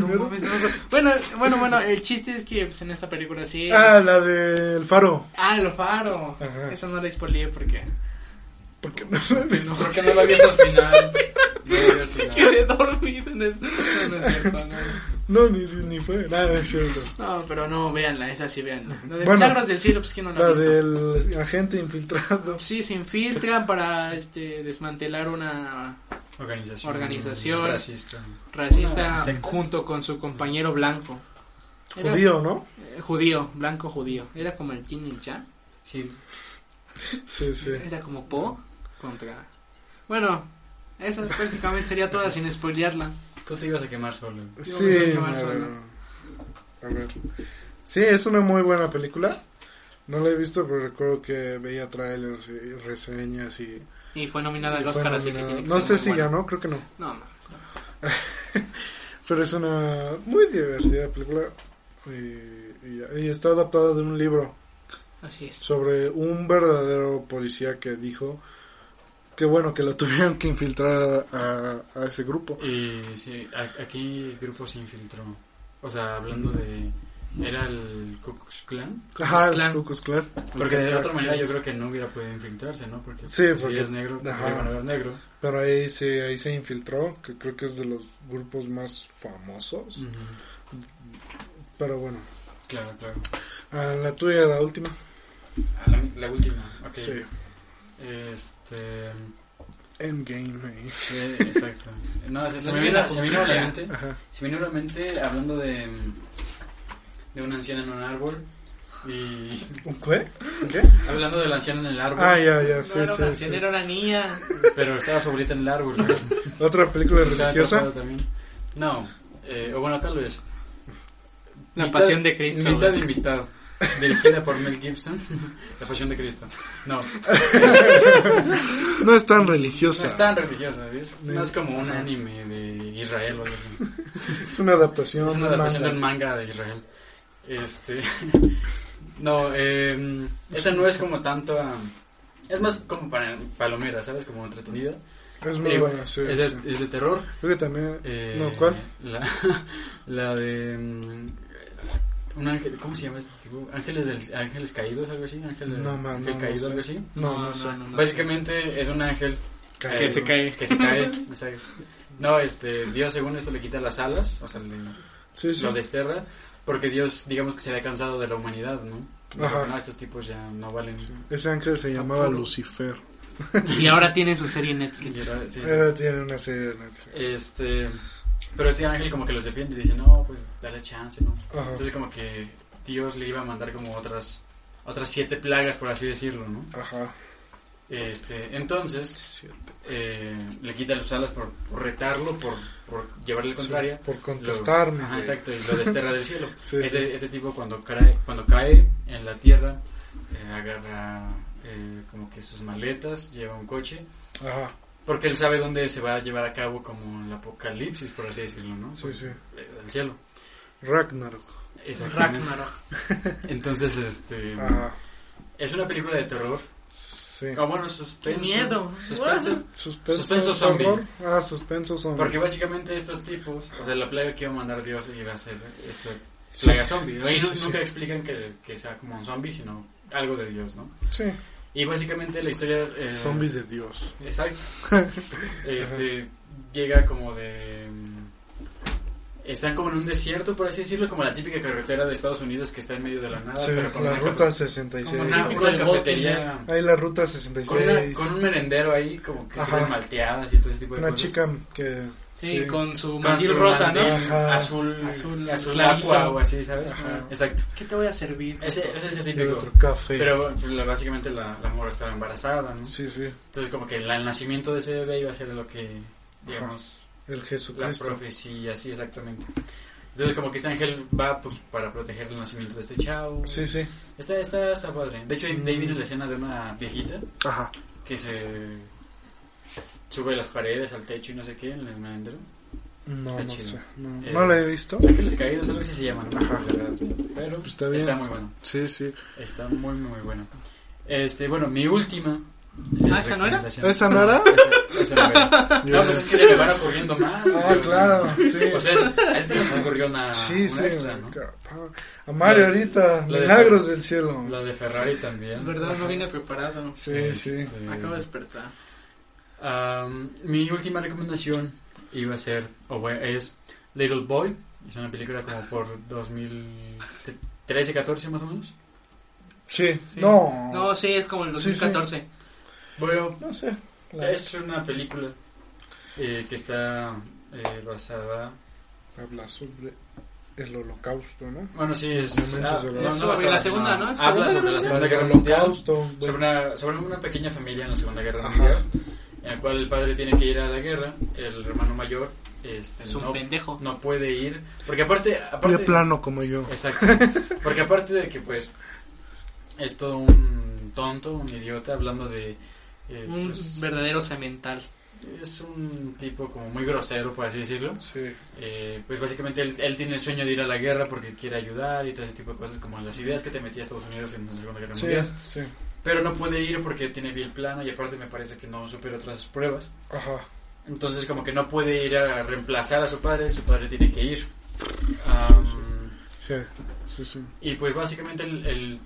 S2: No mames, no me acuerdo. bueno, bueno, bueno, el chiste es que pues, en esta película sí.
S3: Ah, la del faro.
S2: Ah, el faro.
S3: Ajá.
S2: Esa no la spoileé porque.
S3: Porque no la he visto.
S4: No, porque pues, no la viste al final. No la vi al final.
S2: Quedé dormido en eso. No, no es cierto, no.
S3: No, ni, ni fue. Nada, es cierto.
S2: No, pero no, véanla, esa sí, véanla. La de
S3: Bueno.
S2: Milagros del Cielo, pues que no la ha
S3: La
S2: visto?
S3: del agente infiltrado.
S2: Sí, se infiltran para este, desmantelar una
S4: Organización.
S2: Organización.
S4: Racista.
S2: racista
S4: secta.
S2: junto con su compañero blanco. Era-
S3: Judío, ¿no?
S2: eh, judío, blanco judío. Era como el Yin y el Yang.
S4: Sí.
S3: Sí, sí.
S2: Era como Po contra... Bueno, esa prácticamente sería toda sin spoilearla.
S4: Tú te ibas a quemar solo.
S3: Sí,
S2: me tengo que quemar
S3: a ver,
S2: solo.
S3: a ver. Sí, es una muy buena película. No la he visto, pero recuerdo que veía trailers y reseñas y...
S2: Y fue nominada
S3: y
S2: al
S3: fue
S2: Oscar, así que
S3: nominada.
S2: tiene que
S3: no
S2: ser
S3: sé
S2: muy
S3: si
S2: buena.
S3: ganó, creo que no.
S2: No, mames, no.
S3: Pero es una muy divertida película y, y- y está adaptada de un libro
S2: Así es.
S3: sobre un verdadero policía que dijo que bueno, que lo tuvieron que infiltrar a, a ese grupo.
S4: Y sí, a- aquí el grupo se infiltró. O sea, hablando de. Era el Ku Klux Klan.
S3: Ajá,
S2: Klan.
S3: el Ku Klux Klan.
S4: Porque de otra manera yo creo que no hubiera podido infiltrarse, ¿no? Porque
S3: Sí,
S4: si
S3: porque-
S4: es negro, te
S3: ajá.
S4: van a ver negro.
S3: Pero ahí se, ahí se infiltró, que creo que es de los grupos más
S4: Mm.
S3: famosos. Pero bueno,
S4: Claro, claro.
S3: a la tuya, la última.
S4: Ah, La, la última, ok.
S3: Sí,
S4: Este.
S3: Endgame. ahí.
S4: eh, exacto. No, se, se me
S2: La
S4: vino, se me vino a
S2: justicia.
S4: la mente.
S3: Ajá.
S4: Se me vino a la mente hablando de. mm, de una anciana en un árbol. Y.
S3: ¿Un qué? ¿Qué?
S4: hablando de la anciana en el árbol.
S3: Ah, ya, ya,
S2: No
S3: sí,
S2: era una
S3: sí, sí.
S2: anciana, era una niña.
S4: Pero estaba su abuelita en el árbol. ¿no?
S3: ¿Otra película
S4: Estaba
S3: religiosa?
S4: atrapada también. No, eh, o bueno, tal vez.
S2: La
S4: Mitad-
S2: pasión de Cristo.
S4: Mitad
S2: güey.
S4: invitado. Dirigida por Mel Gibson. La pasión de Cristo. No,
S3: No es tan religiosa.
S4: no es tan religiosa, ¿ves? No es como un
S3: eh, Ajá.
S4: anime de Israel o algo así.
S3: Es una adaptación.
S4: Es una
S3: de un
S4: adaptación de un
S3: manga.
S4: manga de Israel. Este. no, eh, esta no es como tanto. ah, Es más como para palomera, ¿sabes? Como entretenida.
S3: Es muy
S4: Eh,
S3: buena, sí.
S4: es,
S3: sí.
S4: de, es de terror.
S3: Creo que también.
S4: Eh,
S3: No, ¿cuál?
S4: La, la de. mm, Un ángel, ¿cómo se llama este tipo? Ángeles, del, ángeles caídos, algo así. Ángel,
S3: No, man,
S4: ángel
S3: no, no
S4: caído,
S3: sé.
S4: algo así.
S3: No, no, sé.
S4: Básicamente es un ángel eh,
S3: Caído.
S4: que se cae. Que se cae. exacto. No, este, Dios según esto le quita las alas, o sea, le,
S3: Sí, sí.
S4: lo desterra, porque Dios, digamos que se había cansado de la humanidad, ¿no? Dijo,
S3: Ajá.
S4: no, estos tipos ya no valen.
S3: Ese ángel se llamaba
S2: Apolo.
S3: Lucifer.
S2: Y ahora tiene su serie en
S4: Y
S2: Netflix.
S4: era- sí, sí.
S3: Era, tiene una serie de Netflix.
S4: Este, pero este ángel como que los defiende y dice, no, pues dale chance, ¿no?
S3: Ajá.
S4: Entonces como que Dios le iba a mandar como otras otras siete plagas, por así decirlo, ¿no?
S3: Ajá.
S4: Este, entonces eh, le quita las alas por, por retarlo, por, por llevarle la contraria.
S3: Por
S4: Lo-
S3: contestarme.
S4: Ajá,
S3: güey.
S4: exacto, y lo desterra del cielo.
S3: Sí,
S4: ese, ese tipo cuando cae, cuando cae en la tierra, eh, agarra eh, como que sus maletas, lleva un coche,
S3: Ajá.
S4: porque él sabe dónde se va a llevar a cabo como el apocalipsis, por así decirlo, ¿no?
S3: Sí, sí.
S4: Eh, Del cielo.
S3: Ragnarok.
S4: Exactamente.
S2: Ragnarok.
S4: Entonces, este...
S3: Ajá.
S4: Es una película de terror.
S3: Ah. Sí.
S4: O bueno, suspenso.
S2: Qué miedo.
S4: Suspenso.
S3: Suspenso,
S4: Suspenso zombie.
S3: terror. Ah, suspenso zombie.
S4: Porque básicamente estos tipos, o sea, la plaga que iba a mandar Dios iba a ser esta plaga zombie. ¿no? Y
S3: Sí,
S4: nu-
S3: sí, sí.
S4: nunca explican que, que sea como un zombie, sino algo de Dios, ¿no?
S3: Sí.
S4: Y básicamente la historia... eh,
S3: Zombies de Dios.
S4: Exacto. Este, llega como de... mm, Están como en un desierto, por así decirlo, como la típica carretera de Estados Unidos que está en medio de la nada.
S3: Sí,
S4: pero con
S3: la
S4: una
S3: ruta
S4: Como
S3: 66.
S4: una,
S2: Típico
S4: una
S2: del
S4: cafetería.
S3: Ahí la ruta
S4: Con, una-
S3: 66.
S4: con un merendero ahí, como que
S3: Ajá.
S4: sirven malteadas y todo ese tipo de
S3: Una
S4: cosas.
S3: chica que...
S2: Sí, con su
S4: pues, Con
S2: mandil
S4: su
S2: rosa,
S4: mandil
S2: ¿no?
S3: Ajá.
S4: Azul, azul,
S2: Azul clarito.
S4: agua o así, ¿sabes?
S3: Ajá.
S4: Exacto.
S2: ¿Qué te voy a servir?
S4: Ese, ese es el
S3: y
S4: típico.
S3: otro café.
S4: Pero pues, la- básicamente la, la morra estaba embarazada, ¿no?
S3: Sí, sí.
S4: Entonces como que la- el nacimiento de ese bebé iba a ser lo que, digamos,
S3: El
S4: la
S3: Jesucristo.
S4: profecía, sí, exactamente. Entonces como que este ángel va pues, para proteger el nacimiento de este chavo.
S3: Sí, sí.
S4: Está, está, está padre. De hecho, ahí, de ahí viene la escena de una viejita
S3: Ajá.
S4: que se sube a las paredes, al techo y no sé qué en el merendero.
S3: No,
S4: Está
S3: no
S4: chido.
S3: sé. No,
S4: Eh,
S3: no la he visto.
S4: Ángeles caídos, algo así se llama, ¿no?
S3: Ajá.
S4: Pero
S3: Pues está bien.
S4: está muy bueno.
S3: Sí, sí.
S4: Está muy, muy, muy bueno. Este, bueno, mi última.
S2: Ah, ¿esa no era?
S4: recomendación.
S3: ¿Esa no era?
S4: Esa- esa no era. No, pues es que se me van ocurriendo más.
S3: Ah, claro. Sí.
S4: O sea, es- a él no se me ocurrió una,
S3: Sí,
S4: una
S3: sí.
S4: extra, ¿no?
S3: capaz. A Mario
S4: La de-
S3: ahorita,
S4: la de-
S3: milagros del cielo.
S4: La de Ferrari también.
S2: Es verdad, no vine preparado.
S3: Sí,
S4: Este,
S3: sí.
S2: Acabo de despertar.
S4: um, mi última recomendación iba a ser, o bueno, es Little Boy. Es una película como por 2013, 14 más o menos.
S3: Sí.
S2: Sí.
S3: No.
S2: No, sí, es como el
S3: Sí, sí.
S2: 2014.
S4: Bueno,
S3: No sé. La,
S4: es una película eh, que está eh, basada.
S3: Habla sobre el holocausto, ¿no?
S4: Bueno, sí, es. ah,
S3: Momentos de la-
S2: Es sobre
S4: basada,
S2: la Segunda, ¿no?
S4: Habla
S2: Segunda
S4: sobre la
S2: Guerra
S4: Segunda
S3: El
S4: Guerra Mundial.
S3: holocausto.
S4: sobre
S3: bueno.
S4: una, sobre una pequeña familia en la Segunda Guerra
S3: Ajá.
S4: Mundial, en la cual el padre tiene que ir a la guerra, el hermano mayor este,
S2: Es un
S4: no,
S2: pendejo.
S4: no puede ir, porque aparte...
S3: Pie
S4: aparte
S3: plano como yo.
S4: Exacto, porque aparte de que pues es todo un tonto, un idiota, hablando de... eh,
S2: Un
S4: pues,
S2: verdadero cemental.
S4: es un tipo como muy grosero, por así decirlo.
S3: Sí.
S4: Eh, pues básicamente él, él tiene el sueño de ir a la guerra porque quiere ayudar y todo ese tipo de cosas, como las ideas que te metía Estados Unidos en la Segunda Guerra
S3: Sí,
S4: Mundial.
S3: sí.
S4: Pero no puede ir porque tiene bien plano y aparte me parece que no supera otras pruebas.
S3: Ajá.
S4: Entonces como que no puede ir a reemplazar a su padre, su padre tiene que ir. Am,
S3: Sí. Sí, sí.
S4: y pues básicamente el, el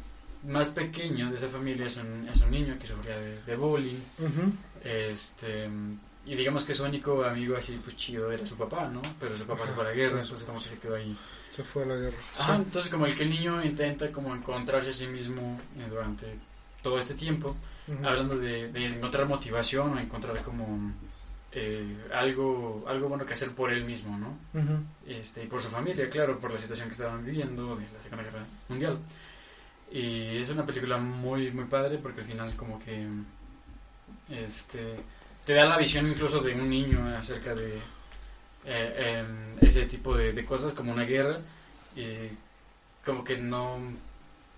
S4: más pequeño de esa familia es un, es un niño que sufría de, de bullying.
S3: Ujú.
S4: Este, y digamos que su único amigo así pues chido era su papá, ¿no? Pero su papá se fue a la guerra, entonces como que se quedó ahí.
S3: Se fue a la guerra.
S4: Ajá, entonces como el que el niño intenta como encontrarse a sí mismo eh, durante todo este tiempo.
S3: Sí. Ujú.
S4: hablando de, de encontrar motivación o encontrar como eh, algo algo bueno que hacer por él mismo, ¿no?
S3: Ujú.
S4: Este, y por su familia, claro, por la situación que estaban viviendo de la Segunda Guerra Mundial. Y es una película muy muy padre porque al final como que este te da la visión incluso de un niño acerca de eh, em, ese tipo de, de cosas como una guerra y como que no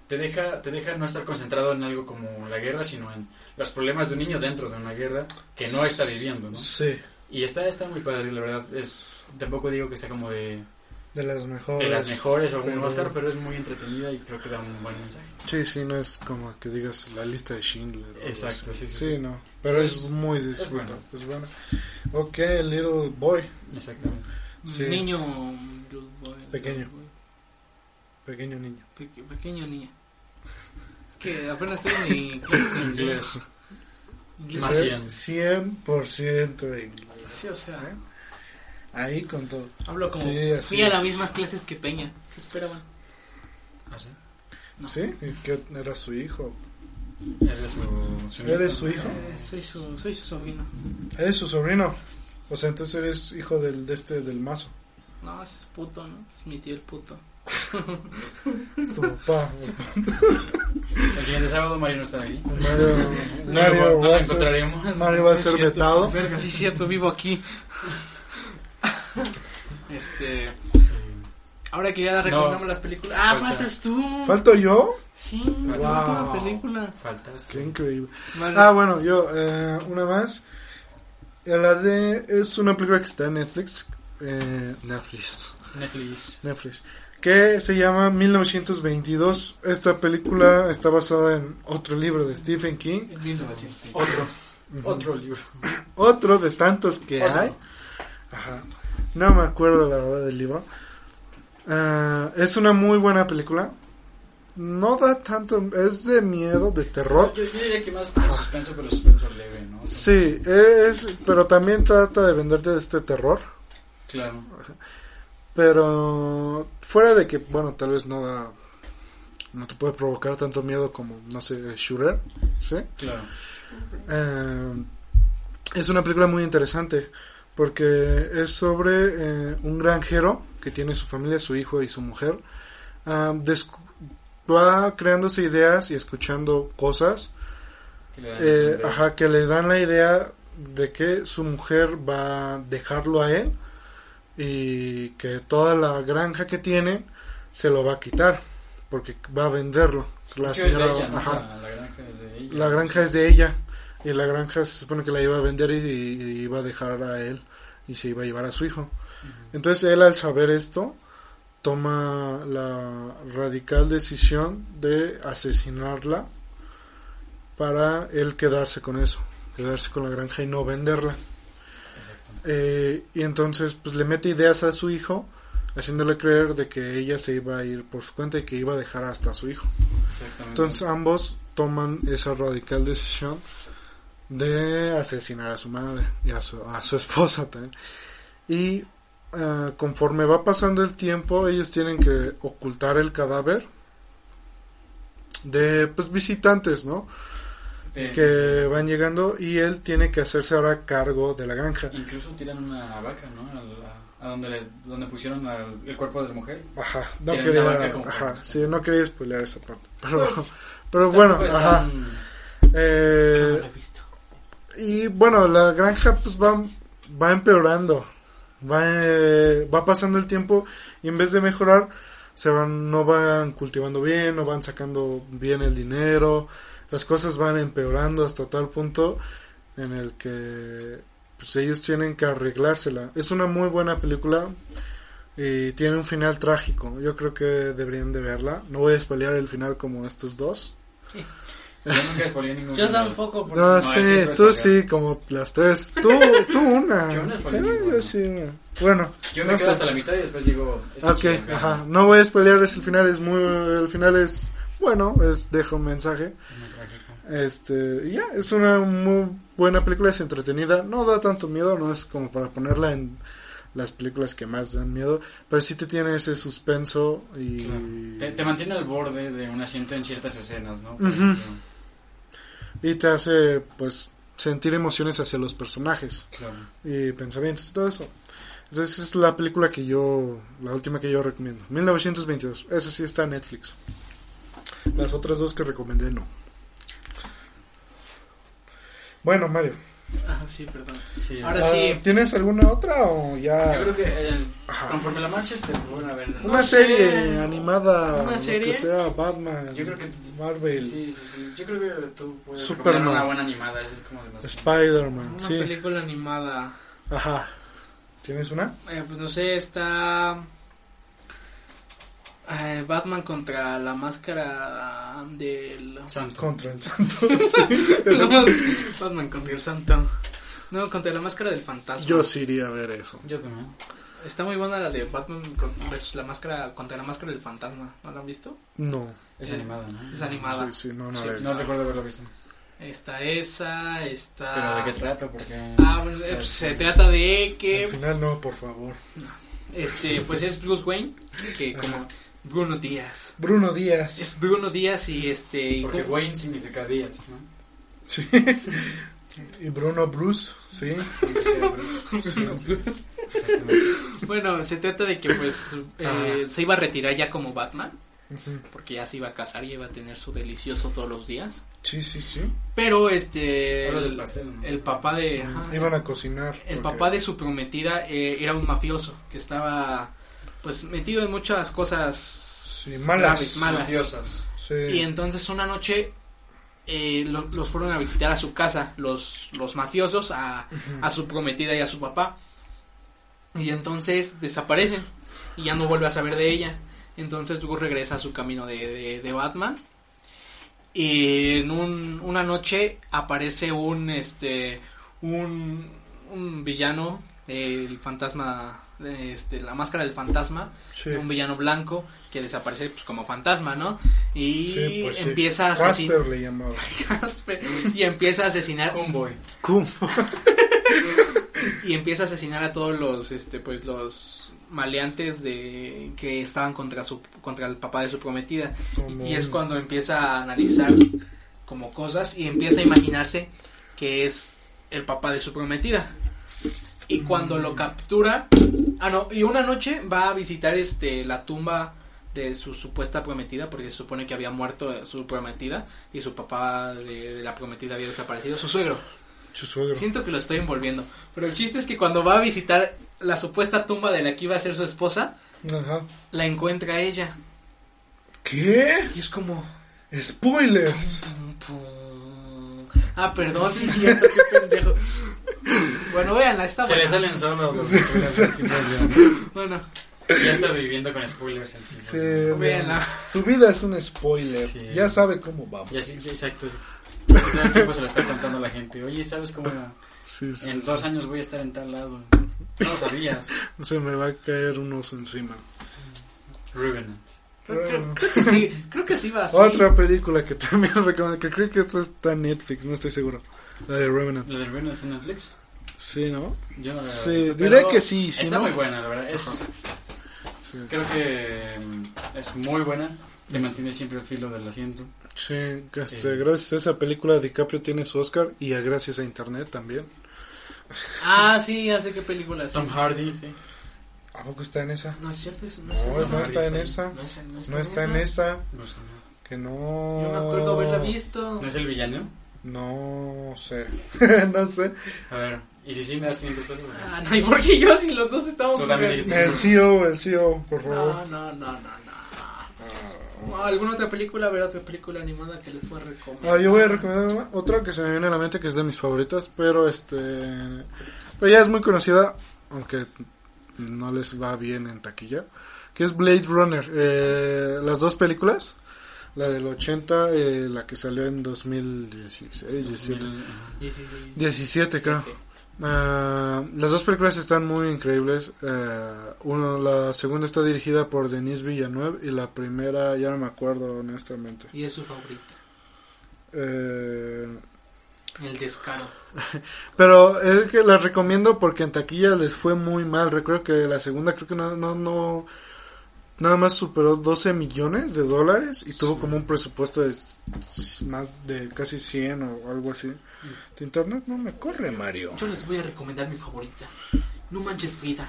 S4: te deja te deja no estar concentrado en algo como la guerra sino en los problemas de un niño dentro de una guerra que no está viviendo ¿no?
S3: Sí.
S4: y está está muy padre la verdad es tampoco digo que sea como de,
S3: De las mejores.
S4: de las mejores o un
S3: pero-
S4: Oscar pero es muy entretenida y creo que da un buen mensaje
S3: Sí, sí, no es como que digas la lista de Schindler. o algo
S4: Exacto,
S3: así.
S4: sí, sí,
S3: Sí,
S4: sí.
S3: no. Pero es muy disfrutable. Es bueno. Ok, Little Boy.
S4: exactamente
S3: Sí.
S2: Niño. yo- voy-
S3: Pequeño.
S2: voy-
S3: Pequeño niño.
S2: peque- pequeño niño. Es que apenas estoy en mi clase de
S4: inglés
S2: inglés.
S4: Más
S3: Es 100% inglés.
S2: Sí, o sea, ¿eh?
S3: Ahí con todo.
S2: hablo como.
S3: Sí, así
S2: fui a las
S3: es.
S2: mismas clases que Peña. ¿Qué esperaban?
S4: así
S2: No.
S3: ¿Sí? ¿Y qué era su hijo?
S4: eres su, su nieto.
S3: ¿Eres su hijo?
S2: Eh, Soy su, soy su sobrino.
S3: Eres su sobrino. O sea, entonces eres hijo del, de este, del mazo.
S2: No, ese es puto, ¿no? Es mi tío el puto.
S3: Es tu papá.
S4: el siguiente sábado Mario no está aquí
S3: Mario,
S4: No
S3: Mario,
S4: lo- no lo
S3: va, a ser,
S4: encontraremos
S3: Mario va a
S2: Sí,
S3: ser
S2: cierto.
S3: vetado.
S2: Verga, sí, es cierto, vivo aquí. este. Ahora que ya recomendamos las películas. Ah,
S4: Falta.
S2: faltas tú.
S3: ¿Falto yo?
S2: sí,
S4: Wow.
S2: faltas tú una película.
S4: faltas
S3: Qué increíble.
S2: Vale.
S3: Ah, bueno, yo, eh, una más. Eh, La de. Es una película que está en Netflix. eh, Netflix.
S4: Netflix
S3: Netflix. Que se llama 1922. Esta película está basada en otro libro de Stephen King.
S2: En 1920.
S4: otro otro libro
S3: Otro de tantos que
S4: Otro.
S3: hay. Ajá. No me acuerdo la verdad del libro. Ah, es una muy buena película. No da tanto. Es de miedo, de terror.
S4: Yo, yo diría que más como suspenso, pero suspenso leve, ¿no?
S3: Sí, es, pero también trata de venderte este terror.
S4: Claro.
S3: Pero fuera de que, bueno, tal vez no da, no te puede provocar tanto miedo como, no sé, Shooter, ¿sí?
S4: Claro.
S3: Eh, es una película muy interesante porque es sobre eh, un granjero que tiene su familia, su hijo y su mujer. Ah, descu- va creándose ideas y escuchando cosas
S4: que le dan a
S3: eh,
S4: entender.
S3: ajá, que le dan la idea de que su mujer va a dejarlo a él y que toda la granja que tiene se lo va a quitar porque va a venderlo.
S4: De
S3: La,
S4: hecho, es de
S3: señora-
S4: ella, ¿no? Ah,
S3: ajá,
S4: La, la granja es de ella.
S3: la granja es de ella y la granja se supone que la iba a vender y, y iba a dejar a él y se iba a llevar a su hijo. Entonces él al saber esto toma la radical decisión de asesinarla para él quedarse con eso, quedarse con la granja y no venderla.
S4: Exacto.
S3: Eh, y entonces pues le mete ideas a su hijo haciéndole creer de que ella se iba a ir por su cuenta y que iba a dejar hasta a su hijo.
S4: Exactamente.
S3: Entonces ambos toman esa radical decisión de asesinar a su madre y a su, a su esposa también. Y ah, conforme va pasando el tiempo, ellos tienen que ocultar el cadáver de pues, visitantes, ¿no?
S4: De-
S3: Que van llegando y él tiene que hacerse ahora cargo de la granja.
S4: Incluso tiran una vaca, ¿no? A, la- a donde, le- donde pusieron al- el cuerpo de la mujer.
S3: Ajá, no
S4: Tienen la
S3: quería,
S4: vaca como Pues,
S3: ajá,
S4: pretexto.
S3: sí, no quería spoilear esa parte. Pero,
S4: Bueno,
S3: pero bueno,
S4: Tampoco es
S3: ajá.
S4: tan-
S3: Eh,
S2: he visto.
S3: Y bueno, la granja pues va, va empeorando. Va, eh, va pasando el tiempo y en vez de mejorar, se van, no van cultivando bien, no van sacando bien el dinero. Las cosas van empeorando hasta tal punto en el que pues, ellos tienen que arreglársela. Es una muy buena película y tiene un final trágico. Yo creo que deberían de verla. No voy a espalear el final como estos dos.
S4: Yo nunca spoileé ningún
S2: Yo
S4: final.
S2: tampoco, porque
S3: No,
S4: No,
S3: sí,
S4: eso es
S3: tú
S4: destacar.
S3: sí, como las tres. Tú, tú una.
S4: Yo una,
S3: Sí,
S4: por ejemplo,
S3: yo
S4: no.
S3: sí una. Bueno,
S4: Yo me
S3: no
S4: quedo
S3: sé.
S4: hasta la mitad y después digo. está
S3: Ok,
S4: chida, pero-
S3: ajá. No voy a spoilear, es el final, es muy. El final es. Bueno, es deja un mensaje.
S4: es muy trágico.
S3: Este, y ya, es una muy buena película, es entretenida. No da tanto miedo, no es como para ponerla en las películas que más dan miedo. Pero sí te tiene ese suspenso y.
S4: Claro. Te, te mantiene al borde de un asiento en ciertas escenas, ¿no?
S3: Ujú.
S4: ejemplo.
S3: Y te hace, pues, sentir emociones hacia los personajes.
S4: Claro.
S3: y pensamientos y todo eso. Entonces es la película que yo, la última que yo recomiendo. 1922, esa sí está en Netflix. Las otras dos que recomendé no. Bueno, Mario.
S2: Ah, sí, perdón.
S4: Sí.
S2: Ahora
S3: ah,
S2: sí.
S3: ¿Tienes alguna otra o ya?
S4: Yo creo que eh,
S3: Ajá.
S4: conforme la marcha se vuelven a ver. ¿no?
S3: Una
S2: no sé.
S3: serie animada,
S2: ¿Una
S3: lo
S2: serie?
S3: que sea, Batman,
S4: Yo creo que-
S3: Marvel,
S4: Sí, sí, sí. Yo creo que tú puedes
S3: Superman.
S4: recomendar una buena animada. Eso es como de no sé.
S3: Spider-Man,
S2: Una
S3: sí.
S2: película animada.
S3: Ajá. ¿Tienes una?
S2: Eh, pues no sé, está. eh, Batman contra la máscara del.
S4: Santo.
S3: Contra el Santo. sí.
S2: Batman contra el santo. No, contra la máscara del fantasma.
S3: Yo sí iría a ver eso.
S4: Yo también.
S2: Está muy buena la de Batman con- versus la máscara contra la máscara del fantasma. ¿No la han visto?
S3: No.
S4: Es
S2: Eh,
S4: animada, ¿no?
S2: Es animada.
S3: Sí, sí, no, no
S2: Sí,
S3: la he
S4: No
S3: visto.
S4: recuerdo haberlo visto.
S2: Está esa, está.
S4: Pero de qué trata, porque.
S2: Ah, bueno, eh, pues, se trata de
S3: Al
S2: que
S3: final no, por favor.
S2: este pues es Bruce Wayne, que como Bruno Díaz.
S3: Bruno Díaz.
S2: Es Bruno Díaz y este y
S4: Porque
S2: como-
S4: Wayne significa días, ¿no?
S3: Sí. Y Bruno Bruce, sí.
S4: Significa Bruce. Exactamente.
S2: bueno, se trata de que pues eh, se iba a retirar ya como Batman,
S3: Ujú.
S2: porque ya se iba a casar y iba a tener su delicioso todos los días.
S3: Sí, sí, sí.
S2: Pero este
S4: Hablas del
S2: el,
S4: pastel, ¿no?
S2: el papá de ajá,
S3: Iban a cocinar.
S2: el
S3: porque-
S2: papá de su prometida eh, era un mafioso que estaba pues metido en muchas cosas
S3: Sí, malas.
S2: graves, malas.
S4: Diosas.
S3: Sí.
S2: Y entonces una noche eh, lo- los fueron a visitar a su casa, los, los mafiosos, a, a su prometida y a su papá. Y entonces desaparecen y ya no vuelve a saber de ella. Entonces luego regresa a su camino de, de- de Batman. Y en un- una noche aparece un este un, un villano, el fantasma, este, la máscara del fantasma,
S3: Sí.
S2: un villano blanco que desaparece pues, como fantasma, ¿no? Y
S3: Sí, pues sí.
S2: empieza a asesinar
S3: Casper le llamaba.
S2: y empieza a asesinar
S4: Homeboy.
S3: ¿Cómo?
S2: y empieza a asesinar a todos los este pues los maleantes de que estaban contra su contra el papá de su prometida
S3: Como-
S2: y es cuando empieza a analizar como cosas y empieza a imaginarse que es el papá de su prometida y cuando lo captura ah no y una noche va a visitar este la tumba de su supuesta prometida porque se supone que había muerto su prometida y su papá de, de la prometida había desaparecido su suegro
S3: Su suegro.
S2: Siento que lo estoy envolviendo. Pero el chiste es que cuando va a visitar la supuesta tumba de la que iba a ser su esposa,
S3: Ajá.
S2: la encuentra ella.
S3: ¿Qué?
S2: Y es como...
S3: Spoilers.
S2: pum, pum. Ah, perdón, sí siento, qué pendejo. Ah, Bueno, véanla, está
S4: Se le
S2: buena.
S4: salen solo los spoilers al final,
S2: Bueno,
S4: ya. Ya está viviendo con spoilers. entonces.
S3: Sí,
S2: Véanla.
S3: Su vida es un spoiler.
S4: Sí.
S3: Ya sabe cómo va.
S4: Y así, exacto. Todo el tiempo se lo está contando a la gente. Oye, ¿sabes cómo?
S3: Sí, sí,
S4: En
S3: sí.
S4: dos años voy a estar en tal lado. No lo sabías.
S3: Se me va a caer un oso encima.
S4: Revenant.
S2: creo, creo- creo que sí, creo que sí va así.
S3: Otra película que también recomiendo, que creo que esto está en Netflix, no estoy seguro. La de Revenant.
S4: ¿La de Revenant está en Netflix?
S3: Sí, ¿no?
S4: Yo no la he
S3: Sí,
S4: visto,
S3: diré
S4: pero
S3: que sí, si
S4: está
S3: no-
S4: muy buena, la verdad. Es,
S3: Sí,
S4: creo que mm, es muy buena. Te mantiene siempre al filo del asiento.
S3: sí, que este,
S4: Sí.
S3: gracias a esa película DiCaprio tiene su Oscar y a gracias a Internet también.
S2: Ah, sí, ya sé qué película es.
S4: Tom Hardy, sí.
S3: ¿A poco está en esa?
S2: No es cierto, eso no, es
S3: No, no está en esa.
S2: No, es-
S3: No está en esa.
S4: Pues, no.
S3: Que no...
S2: Yo me acuerdo haberla visto.
S4: ¿No es el villano?
S3: No sé. no sé.
S4: A ver, ¿y si sí me das 500 pesos?
S2: Ah, no, y porque yo si los dos estamos...
S4: Tú también
S2: súper-
S4: dijiste.
S3: El CEO, el CEO,
S2: Ah,
S3: por favor.
S2: No, no, no, no, no. ¿Alguna otra película? A ver, otra película animada que les pueda recomendar.
S3: Ah, yo voy a recomendar una- otra que se me viene a la mente que es de mis favoritas, pero este pero ya es muy conocida, aunque no les va bien en taquilla, que es Blade Runner, eh, las dos películas, la del 80, eh, la que salió en 2016, 17,
S4: Mil- ajá.
S2: Sí, sí, sí.
S3: 17 creo. Ah, las dos películas están muy increíbles. eh, uno, la segunda está dirigida por Denise Villeneuve y la primera ya no me acuerdo honestamente.
S2: Y es su favorita.
S3: Eh,
S2: El descaro.
S3: Pero es que las recomiendo porque en taquilla les fue muy mal. Recuerdo que la segunda creo que no, no, no- nada más superó 12 millones de dólares y tuvo como un presupuesto de s- más de casi 100 o algo así. De internet no me corre, Mario.
S2: Yo les voy a recomendar mi favorita. No manches vida.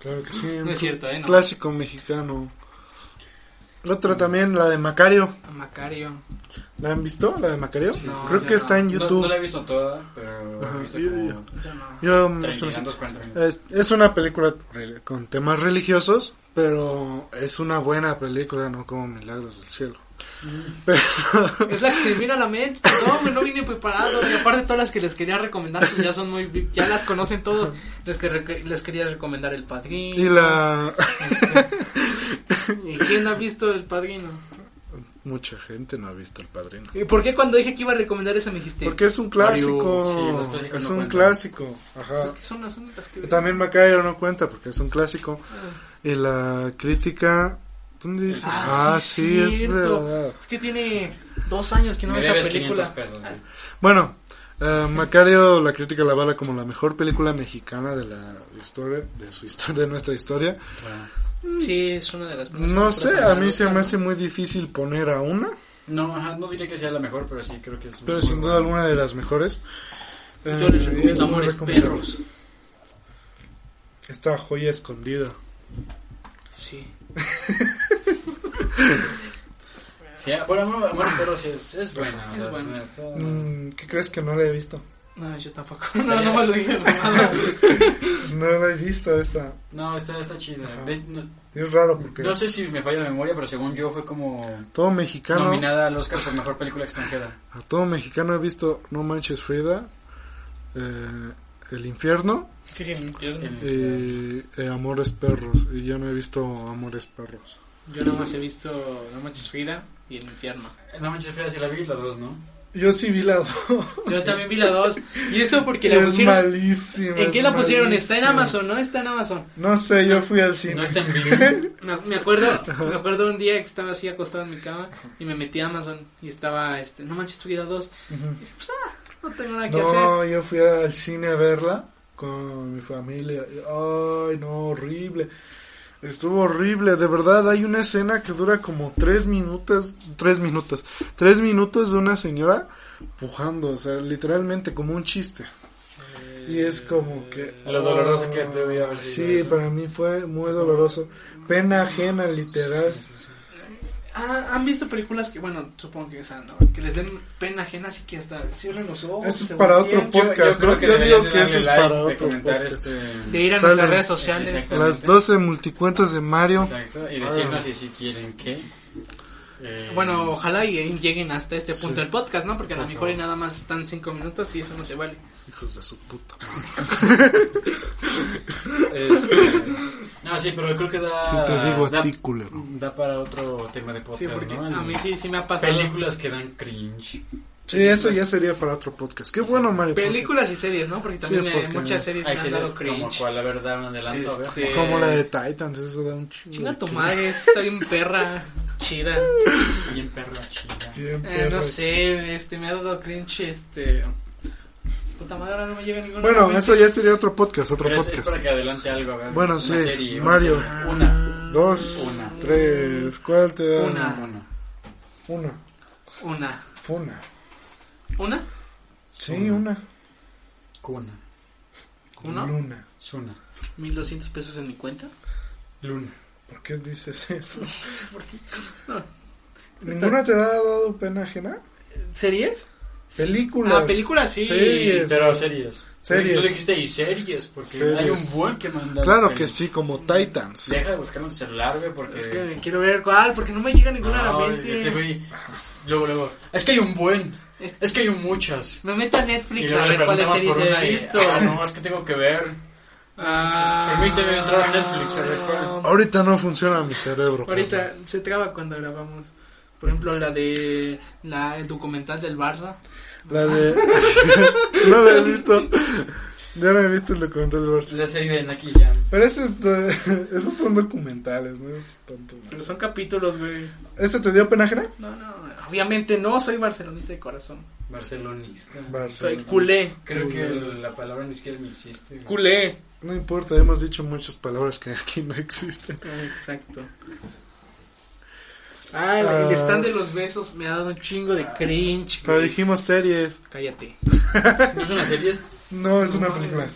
S3: Claro que sí.
S2: No es cierto, ¿eh? No.
S3: Clásico mexicano. Otra también, la de Macario.
S2: A Macario.
S3: ¿La han visto? ¿La de Macario?
S4: Sí, sí,
S3: creo
S2: sí.
S3: que está en
S4: No-
S3: YouTube.
S4: No, la he visto toda, pero
S3: Ajá,
S4: he visto
S3: yo-
S4: como
S3: yo-
S2: Yo no.
S3: Yo, mm,
S4: 30
S3: se me hace-
S4: minutos, 40 minutos.
S3: Es, es una película rel- con temas religiosos, pero es una buena película, no como Milagros del Cielo. Pero,
S2: Es la que se me viene a la mente. No, hombre, no vine preparado. Y aparte todas las que les quería recomendar, pues ya son muy... vi- Ya las conocen todos. Les, que rec- les quería recomendar El Padrino.
S3: y la...
S2: ¿Y ¿Quién ha visto El Padrino?
S3: Mucha gente no ha visto El Padrino.
S2: ¿Y por qué cuando dije que iba a recomendar esa me dijiste?
S3: Porque es un clásico.
S4: Mario, sí, los clásicos
S3: es
S4: no
S3: un
S4: cuentan.
S3: clásico.
S2: Pues
S3: Ajá.
S2: es que son las únicas que...
S3: También Macario no cuenta porque es un clásico. Y la crítica... ¿Dónde dice?
S2: Ah,
S3: Ah, sí, es
S2: cierto.
S3: verdad.
S2: Es que tiene dos años que no
S4: Me
S2: ve esa
S4: debes
S2: película.
S4: 500 pesos, güey.
S3: Bueno, eh, Macario la crítica la bala como la mejor película mexicana de la historia, de su historia, de nuestra historia. Ah.
S4: Claro.
S2: Ah, Sí, es una de las
S3: No
S2: primeras
S3: sé,
S2: películas
S3: a
S2: que
S3: mí se
S2: gustan.
S3: me hace muy difícil poner a una,
S4: No, ajá, no diría que sea la mejor, pero sí creo que es.
S3: pero
S4: muy
S3: sin duda
S4: buena.
S3: alguna de las mejores.
S2: Yo les
S3: Eh, es
S2: recomiendo
S3: muy
S2: Amores
S3: recomendable.
S2: Perros.
S3: Esta joya escondida.
S2: Sí.
S4: Sí, ah, bueno, bueno, bueno, pero sí es, es buena. o
S2: Es
S4: sea,
S2: buena.
S4: está-
S3: Mm, ¿Qué crees que no la he visto?
S2: No, yo tampoco. No,
S4: Está bien.
S2: no más lo dije. de mamada.
S3: No la he visto esa.
S4: No, está, está chida. De- no,
S3: Es raro porque
S4: no sé si me falla la memoria, pero según yo fue como
S3: todo mexicano,
S4: nominada al Oscar por mejor película extranjera.
S3: a todo mexicano he visto No Manches Frida, eh, El Infierno
S2: Sí, sí, me pierdo.
S4: El-
S3: y eh, Amores Perros. Y yo no he visto Amores Perros.
S2: Yo nada más he visto No Manches Frida y El Infierno.
S4: No manches, Frida, sí la vi, la dos, ¿no?
S3: Yo sí vi la dos.
S2: Yo también vi la dos. Y eso porque la
S3: es
S2: pusieron...
S3: malísima.
S2: ¿En
S3: es
S2: qué la pusieron? Está en
S3: malísima.
S2: Amazon, ¿no? Está en Amazon.
S3: No sé, yo fui al cine.
S4: No está en vivo.
S2: Me, me acuerdo, me acuerdo un día que estaba así acostado en mi cama y me metí a Amazon y estaba, este, no manches, vida 2.
S3: Ujú.
S2: Pues, ah, no tengo nada que hacer.
S3: No, yo fui al cine a verla con mi familia. Ay, no, horrible. Estuvo horrible, de verdad. Hay una escena que dura como tres minutos, tres minutos, tres minutos de una señora pujando, o sea, literalmente como un chiste. Y es como que... ah,
S4: Lo doloroso que debía haber sido
S3: Sí,
S4: eso.
S3: para mí fue muy doloroso. Pena ajena, literal.
S2: Ah, ¿Han visto películas que, bueno, supongo que esa, ¿no? Que les den pena ajena, así que hasta cierren los ojos.
S3: Eso es
S2: se
S3: para
S2: volteen.
S3: otro podcast, ¿no? Yo
S4: deberían
S3: digo
S4: de
S3: que
S4: darle
S3: eso es
S4: like,
S3: para
S4: de
S3: otro
S4: comentar
S3: podcast.
S2: De
S4: Este...
S2: ir a
S3: Sale.
S2: nuestras redes sociales.
S4: Exacto.
S3: Las 12 multicuentas de Mario.
S4: Exacto, y decirnos si sí quieren que... eh,
S2: Bueno, ojalá y y lleguen hasta este punto del podcast, ¿no? Porque a lo
S4: Por
S2: mejor y
S4: favor.
S2: nada más están cinco minutos y eso no se vale.
S3: Hijos de su puta.
S4: Este, no, sí, pero creo que da.
S3: Si te digo
S4: da,
S3: a ti, culero.
S4: Da para otro tema de podcast,
S2: Sí, porque
S4: Pues ¿no?
S2: a mí sí, sí me ha pasado.
S4: Películas que dan cringe.
S3: Sí, eso ya sería para otro podcast. Qué bueno, Mario.
S2: Películas y series, ¿no? Porque
S3: Sí,
S2: también eh,
S3: porque
S2: muchas series me
S4: Ahí
S2: han
S4: sí,
S2: dado
S4: como
S2: cringe.
S4: cual, la verdad, un adelanto. a ver.
S2: Este,
S3: Como la de Titans, eso da un chingo.
S2: Chinga tu
S3: de
S2: madre, está bien perra, chida. Eh,
S4: Bien perra chida.
S3: Bien,
S2: no
S3: perro,
S2: sé, este, me ha dado cringe, este... Puta madre, ahora no me llega ninguna.
S3: Bueno,
S2: mente.
S3: eso ya sería otro podcast, otro
S4: Pero es- Es,
S3: podcast.
S4: para que adelante algo, a ver,
S3: Bueno,
S4: una
S3: sí,
S4: serie, una
S3: Mario.
S4: serie. Una.
S3: Dos,
S4: Una.
S3: tres, ¿cuál te da?
S2: Una.
S4: Una.
S3: Una.
S2: Una.
S3: Una.
S2: ¿Una?
S3: Sí, una.
S4: Cuna.
S2: ¿Uno?
S3: Luna.
S4: Suna.
S2: ¿Mil doscientos pesos en mi cuenta?
S4: Luna.
S3: ¿Por qué dices eso?
S2: No.
S3: ¿Ninguna te ha dado pena ajena?
S2: ¿Series?
S3: Películas.
S2: Ah, películas, sí.
S3: Series.
S4: Pero series.
S3: Series.
S4: Tú dijiste y series, porque
S3: Series.
S4: hay un buen que mandar.
S3: Claro que sí, como Titans.
S4: Deja de buscar un celular, güey, porque.
S2: Es que quiero ver cuál, porque no me llega ninguna a
S4: No,
S2: la mente.
S4: este güey, pues, luego, luego. Es que hay un buen. Es que hay un muchas.
S2: Me meto a
S4: Y
S2: Netflix
S4: luego
S2: a
S4: le
S2: ver cuáles
S4: preguntamos
S2: series
S4: por una
S2: he
S4: y,
S2: visto.
S4: "Ah, no, es que tengo que ver.
S2: Ah.
S4: Permíteme entrar a Netflix a ver cuál.
S3: Ahorita no funciona mi cerebro.
S2: Ahorita se traba cuando grabamos. Por ejemplo, la de la, el documental del Barça.
S3: La de... no la he visto. Ya no he visto el documental del Barça.
S4: La serie de Naki Jam.
S3: Pero ese es do- esos son documentales, no es tanto.
S2: Pero son capítulos, güey.
S3: ¿Ese te dio pena ajena?
S2: No, no, obviamente no soy barcelonista de corazón.
S4: Barcelonista.
S2: Soy
S3: Barcelona.
S2: culé.
S4: Creo que el- la palabra ni siquiera me existe. güey.
S2: Culé.
S3: No importa, hemos dicho muchas palabras que aquí no existen.
S2: Exacto. Ah, el, el stand de los besos me ha dado un chingo de cringe.
S3: Pero
S2: güey.
S3: dijimos series.
S2: Cállate.
S4: No es una serie. es-
S3: No, es una película.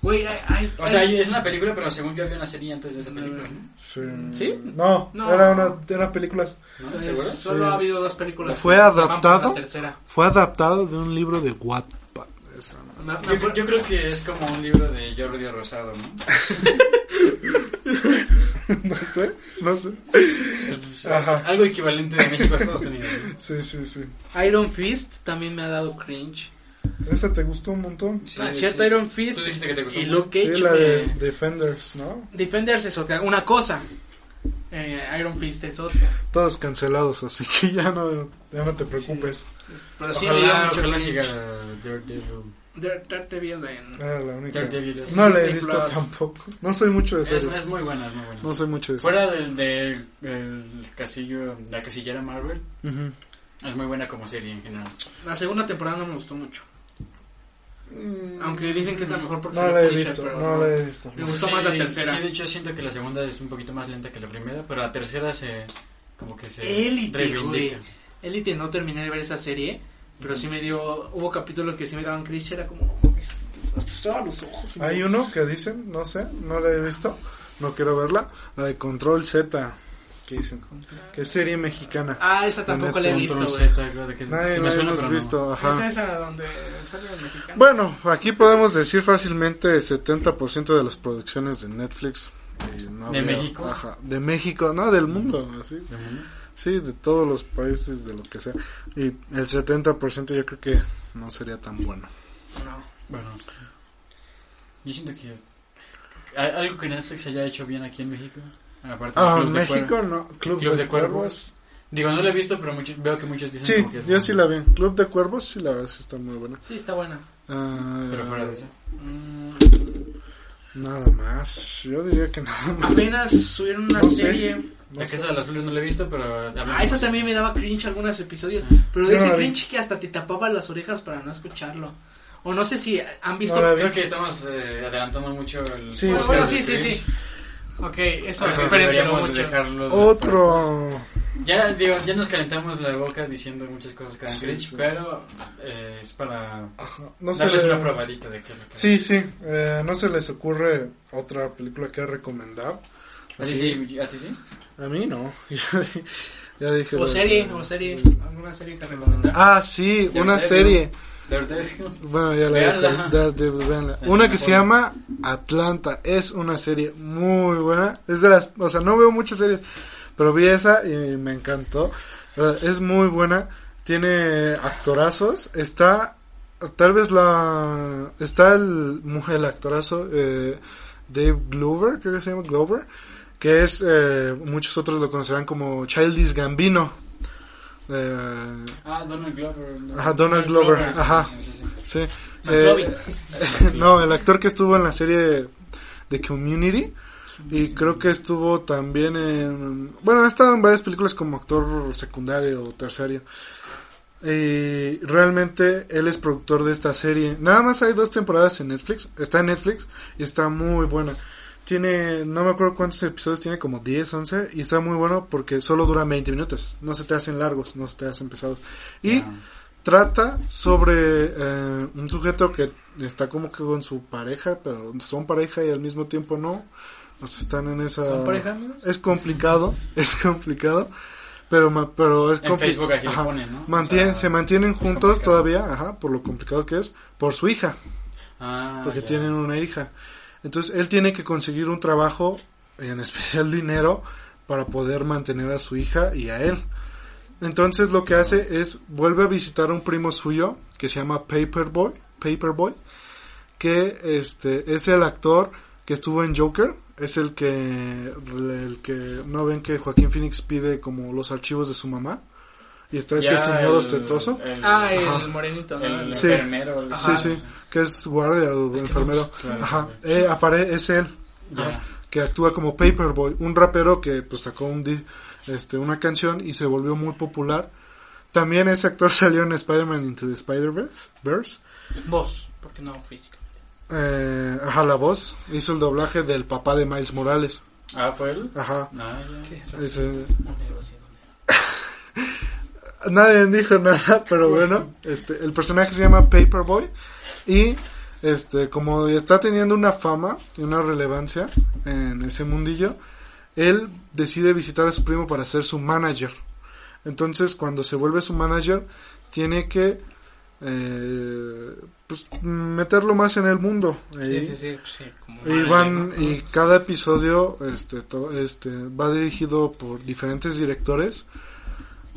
S2: Güey, ay, ay,
S4: O sea,
S2: ay.
S4: es una película, pero según yo había una serie antes de esa película. ¿no?
S3: Sí.
S2: ¿Sí?
S3: No,
S2: No.
S3: era una era películas.
S4: ¿No?
S2: Entonces,
S4: ¿Seguro?
S2: Solo
S3: Sí.
S2: ha habido dos películas.
S3: ¿Fue
S2: que van por
S3: adaptado?
S2: La tercera.
S3: Fue adaptado de un libro de Wattpad. Esa, ¿no?
S2: Me- me
S4: Yo,
S2: acuerdo-
S4: yo creo que es como un libro de Jordi Rosado, ¿no?
S3: no sé, no sé. Ajá.
S4: Algo equivalente de México a Estados Unidos. ¿no?
S3: Sí, sí, sí.
S2: Iron Fist también me ha dado cringe.
S3: Esa te gustó un montón.
S4: Sí,
S2: Ah,
S4: sí.
S2: cierto, Iron Fist
S4: Tú dijiste que te gustó
S2: y
S4: mucho.
S2: Luke
S3: Sí,
S2: Cage.
S3: la de
S2: eh,
S3: Defenders, ¿no?
S2: Defenders es otra, una cosa. Eh, Iron Fist es otra.
S3: Todos cancelados, así que ya no, ya no te preocupes.
S2: Pero sí, me dio
S4: Ojalá,
S2: mucho
S4: ojalá
S2: cringe.
S4: llegara Daredevil.
S2: Dar- Daredevil en-
S3: Era la única.
S4: Daredevil es-
S3: No la he
S2: Disney
S3: visto
S2: Plus.
S3: tampoco. No soy mucho de
S4: Es,
S3: series.
S4: es muy buena, es muy buena.
S3: No soy mucho de series.
S4: Fuera del, del, del casillo, la casillera Marvel,
S3: Ujú.
S4: es muy buena como serie en general.
S2: La segunda temporada no me gustó mucho. Aunque dicen que es la mejor porque
S3: No
S2: salió
S3: la he
S2: Punisher,
S3: visto,
S2: pero
S3: no
S2: no.
S3: la he visto.
S2: Me gustó más la tercera.
S4: Sí, de hecho siento que la segunda es un poquito más lenta que la primera, pero la tercera se como que se
S2: Élite, güey.
S4: reivindica.
S2: Élite no terminé de ver esa serie, pero sí me dio... Hubo capítulos que sí me daban cringe, era como... "No mames, Hasta se daban los ojos. y
S3: Hay uno que dicen, no sé, no la he visto, no quiero verla, la de Control Z, que dicen, que es serie mexicana.
S2: Ah, esa tampoco la he
S3: Netflix.
S2: visto,
S4: Control
S2: güey.
S4: Z, claro, de que
S3: Nadie
S4: sí
S3: la
S4: me suena,
S3: hemos
S4: pero no.
S3: visto,
S2: Es
S3: ajá.
S2: esa donde sale el mexicano.
S3: Bueno, aquí podemos decir fácilmente 70% de las producciones de Netflix. eh, no
S4: ¿De
S3: veo-
S4: México?
S3: Ajá, de México, no, del mundo, así.
S4: ¿De mundo?
S3: Sí, de todos los países, de lo que sea. Y el 70% yo creo que no sería tan bueno.
S2: No.
S4: Bueno, yo siento que ¿hay algo que Netflix haya hecho bien aquí en México, aparte del
S3: Ah,
S4: Club de
S3: México
S4: Cuervos.
S3: no. Club,
S4: Club
S3: de,
S4: de
S3: Cuervos.
S4: Cuervos. Digo, no la he visto, pero muchos- veo que muchos dicen
S3: Sí,
S4: como que es
S3: yo
S4: buena.
S3: sí la vi. Club de Cuervos, sí, la verdad, sí está muy buena.
S2: Sí, está buena.
S3: Ah,
S4: Pero fuera de eso.
S2: Mm,
S3: Nada más. Yo diría que nada más.
S2: apenas subieron una
S3: No sé.
S2: serie.
S3: No
S4: la
S3: sé.
S4: Casa de las Flores no la he visto, pero...
S2: Ah, esa también me daba cringe algunos episodios. Pero
S3: Yo
S2: de
S3: no
S2: ese
S3: la vi.
S2: cringe que hasta te tapaba las orejas para no escucharlo. O no sé si han visto.
S3: No la vi.
S4: Creo que estamos eh, adelantando mucho el.
S3: Sí,
S2: Bueno,
S3: sí,
S2: bueno,
S3: el
S2: sí, sí, sí. Ok, eso,
S4: Creo que
S2: espérenselo
S4: deberíamos
S2: mucho.
S4: dejarlo después,
S3: Otro.
S4: pues. Ya, digo, ya nos calentamos la boca diciendo muchas cosas que dan
S3: Sí,
S4: cringe,
S3: sí.
S4: pero eh, es para
S3: No se
S4: darles
S3: le-
S4: pues, una probadita de qué es lo que
S3: Sí, sí. eh, no se les ocurre otra película que recomendar.
S4: ¿A ti
S3: Así-
S4: sí? ¿A ti sí?
S3: A mí no. ya, di- ya dije.
S2: O
S3: las-
S2: serie, o serie. ¿Alguna serie que recomendar?
S3: Ah, sí,
S4: Ya
S3: una
S4: te
S3: serie.
S4: Daredevil.
S3: Pues Bueno, ya la
S4: Veanla.
S3: dije, Daredevil, veanla.
S4: Es
S3: Una
S4: una
S3: que se
S4: forma.
S3: llama Atlanta. Es una serie muy buena. Es de las. O sea, no veo muchas series. Pero vi esa y me encantó. ¿Verdad? Es muy buena. Tiene actorazos. Está. Tal vez la. Está el, mujer, el actorazo eh, Dave Glover, creo que se llama Glover. Que es. eh, muchos otros lo conocerán como Childish Gambino. Eh,
S4: Ah, Donald Glover. ¿no?
S3: Ajá, Donald Glover, ajá.
S4: Sí, sí, sí.
S3: sí.
S2: McLovin.
S3: Eh, no, el actor que estuvo en la serie de Community. Y creo que estuvo también en... Bueno, ha estado en varias películas como actor secundario o terciario. Y realmente él es productor de esta serie. Nada más hay dos temporadas en Netflix. Está en Netflix y está muy buena. Tiene, no me acuerdo cuántos episodios tiene, como 10, 11. Y está muy bueno porque solo duran 20 minutos. No se te hacen largos, no se te hacen pesados. Y
S4: Ah.
S3: trata sobre eh, un sujeto que está como que con su pareja, pero son pareja y al mismo tiempo no. O sea, están en esa...
S2: ¿Son pareja, amigos?
S3: Es complicado, es complicado. Pero, ma- pero es
S4: En
S3: compli-
S4: Facebook aquí
S3: ajá.
S4: lo ponen, ¿no?
S3: Mantienen-
S4: O sea,
S3: se mantienen
S4: es
S3: juntos
S4: complicado.
S3: todavía, ajá, por lo complicado que es, por su hija,
S4: Ah,
S3: porque
S4: ya.
S3: tienen una hija. Entonces él tiene que conseguir un trabajo, en especial dinero, para poder mantener a su hija y a él. Entonces lo que hace es vuelve a visitar a un primo suyo que se llama Paperboy, Paperboy, que este es el actor que estuvo en Joker, es el que el que no ven que Joaquín Phoenix pide como los archivos de su mamá y está este
S4: Ya
S3: señor
S4: el-
S3: ostetoso.
S4: el-
S2: Ah, el
S3: Ajá.
S2: morenito, ¿no?
S4: El
S3: Sí.
S4: enfermero. el-
S3: Sí, sí, que es guardia o enfermero.
S4: claro.
S3: Ajá, eh, apare- es él
S4: Ya.
S3: que actúa como Paperboy, un rapero que pues sacó un di- este una canción y se volvió muy popular. También ese actor salió en Spider-Man Into the Spider-Verse. verse.
S2: Vos, porque no física.
S3: Eh, ajá, la voz. Hizo el doblaje del papá de Miles Morales.
S4: Ah, fue él.
S3: Ajá.
S4: Ah, ya.
S3: Ese-
S2: No, negro, sí, no, negro.
S3: nadie dijo nada, pero bueno, este, el personaje se llama Paperboy y este, como está teniendo una fama y una relevancia en ese mundillo, él decide visitar a su primo para ser su manager. Entonces, cuando se vuelve su manager, tiene que eh, pues, meterlo más en el mundo.
S2: Sí,
S3: Ahí.
S2: sí, sí, pues, sí, como
S3: Y
S2: manager,
S3: van,
S2: ¿no?
S3: y cada episodio este, to- este, va dirigido por diferentes directores.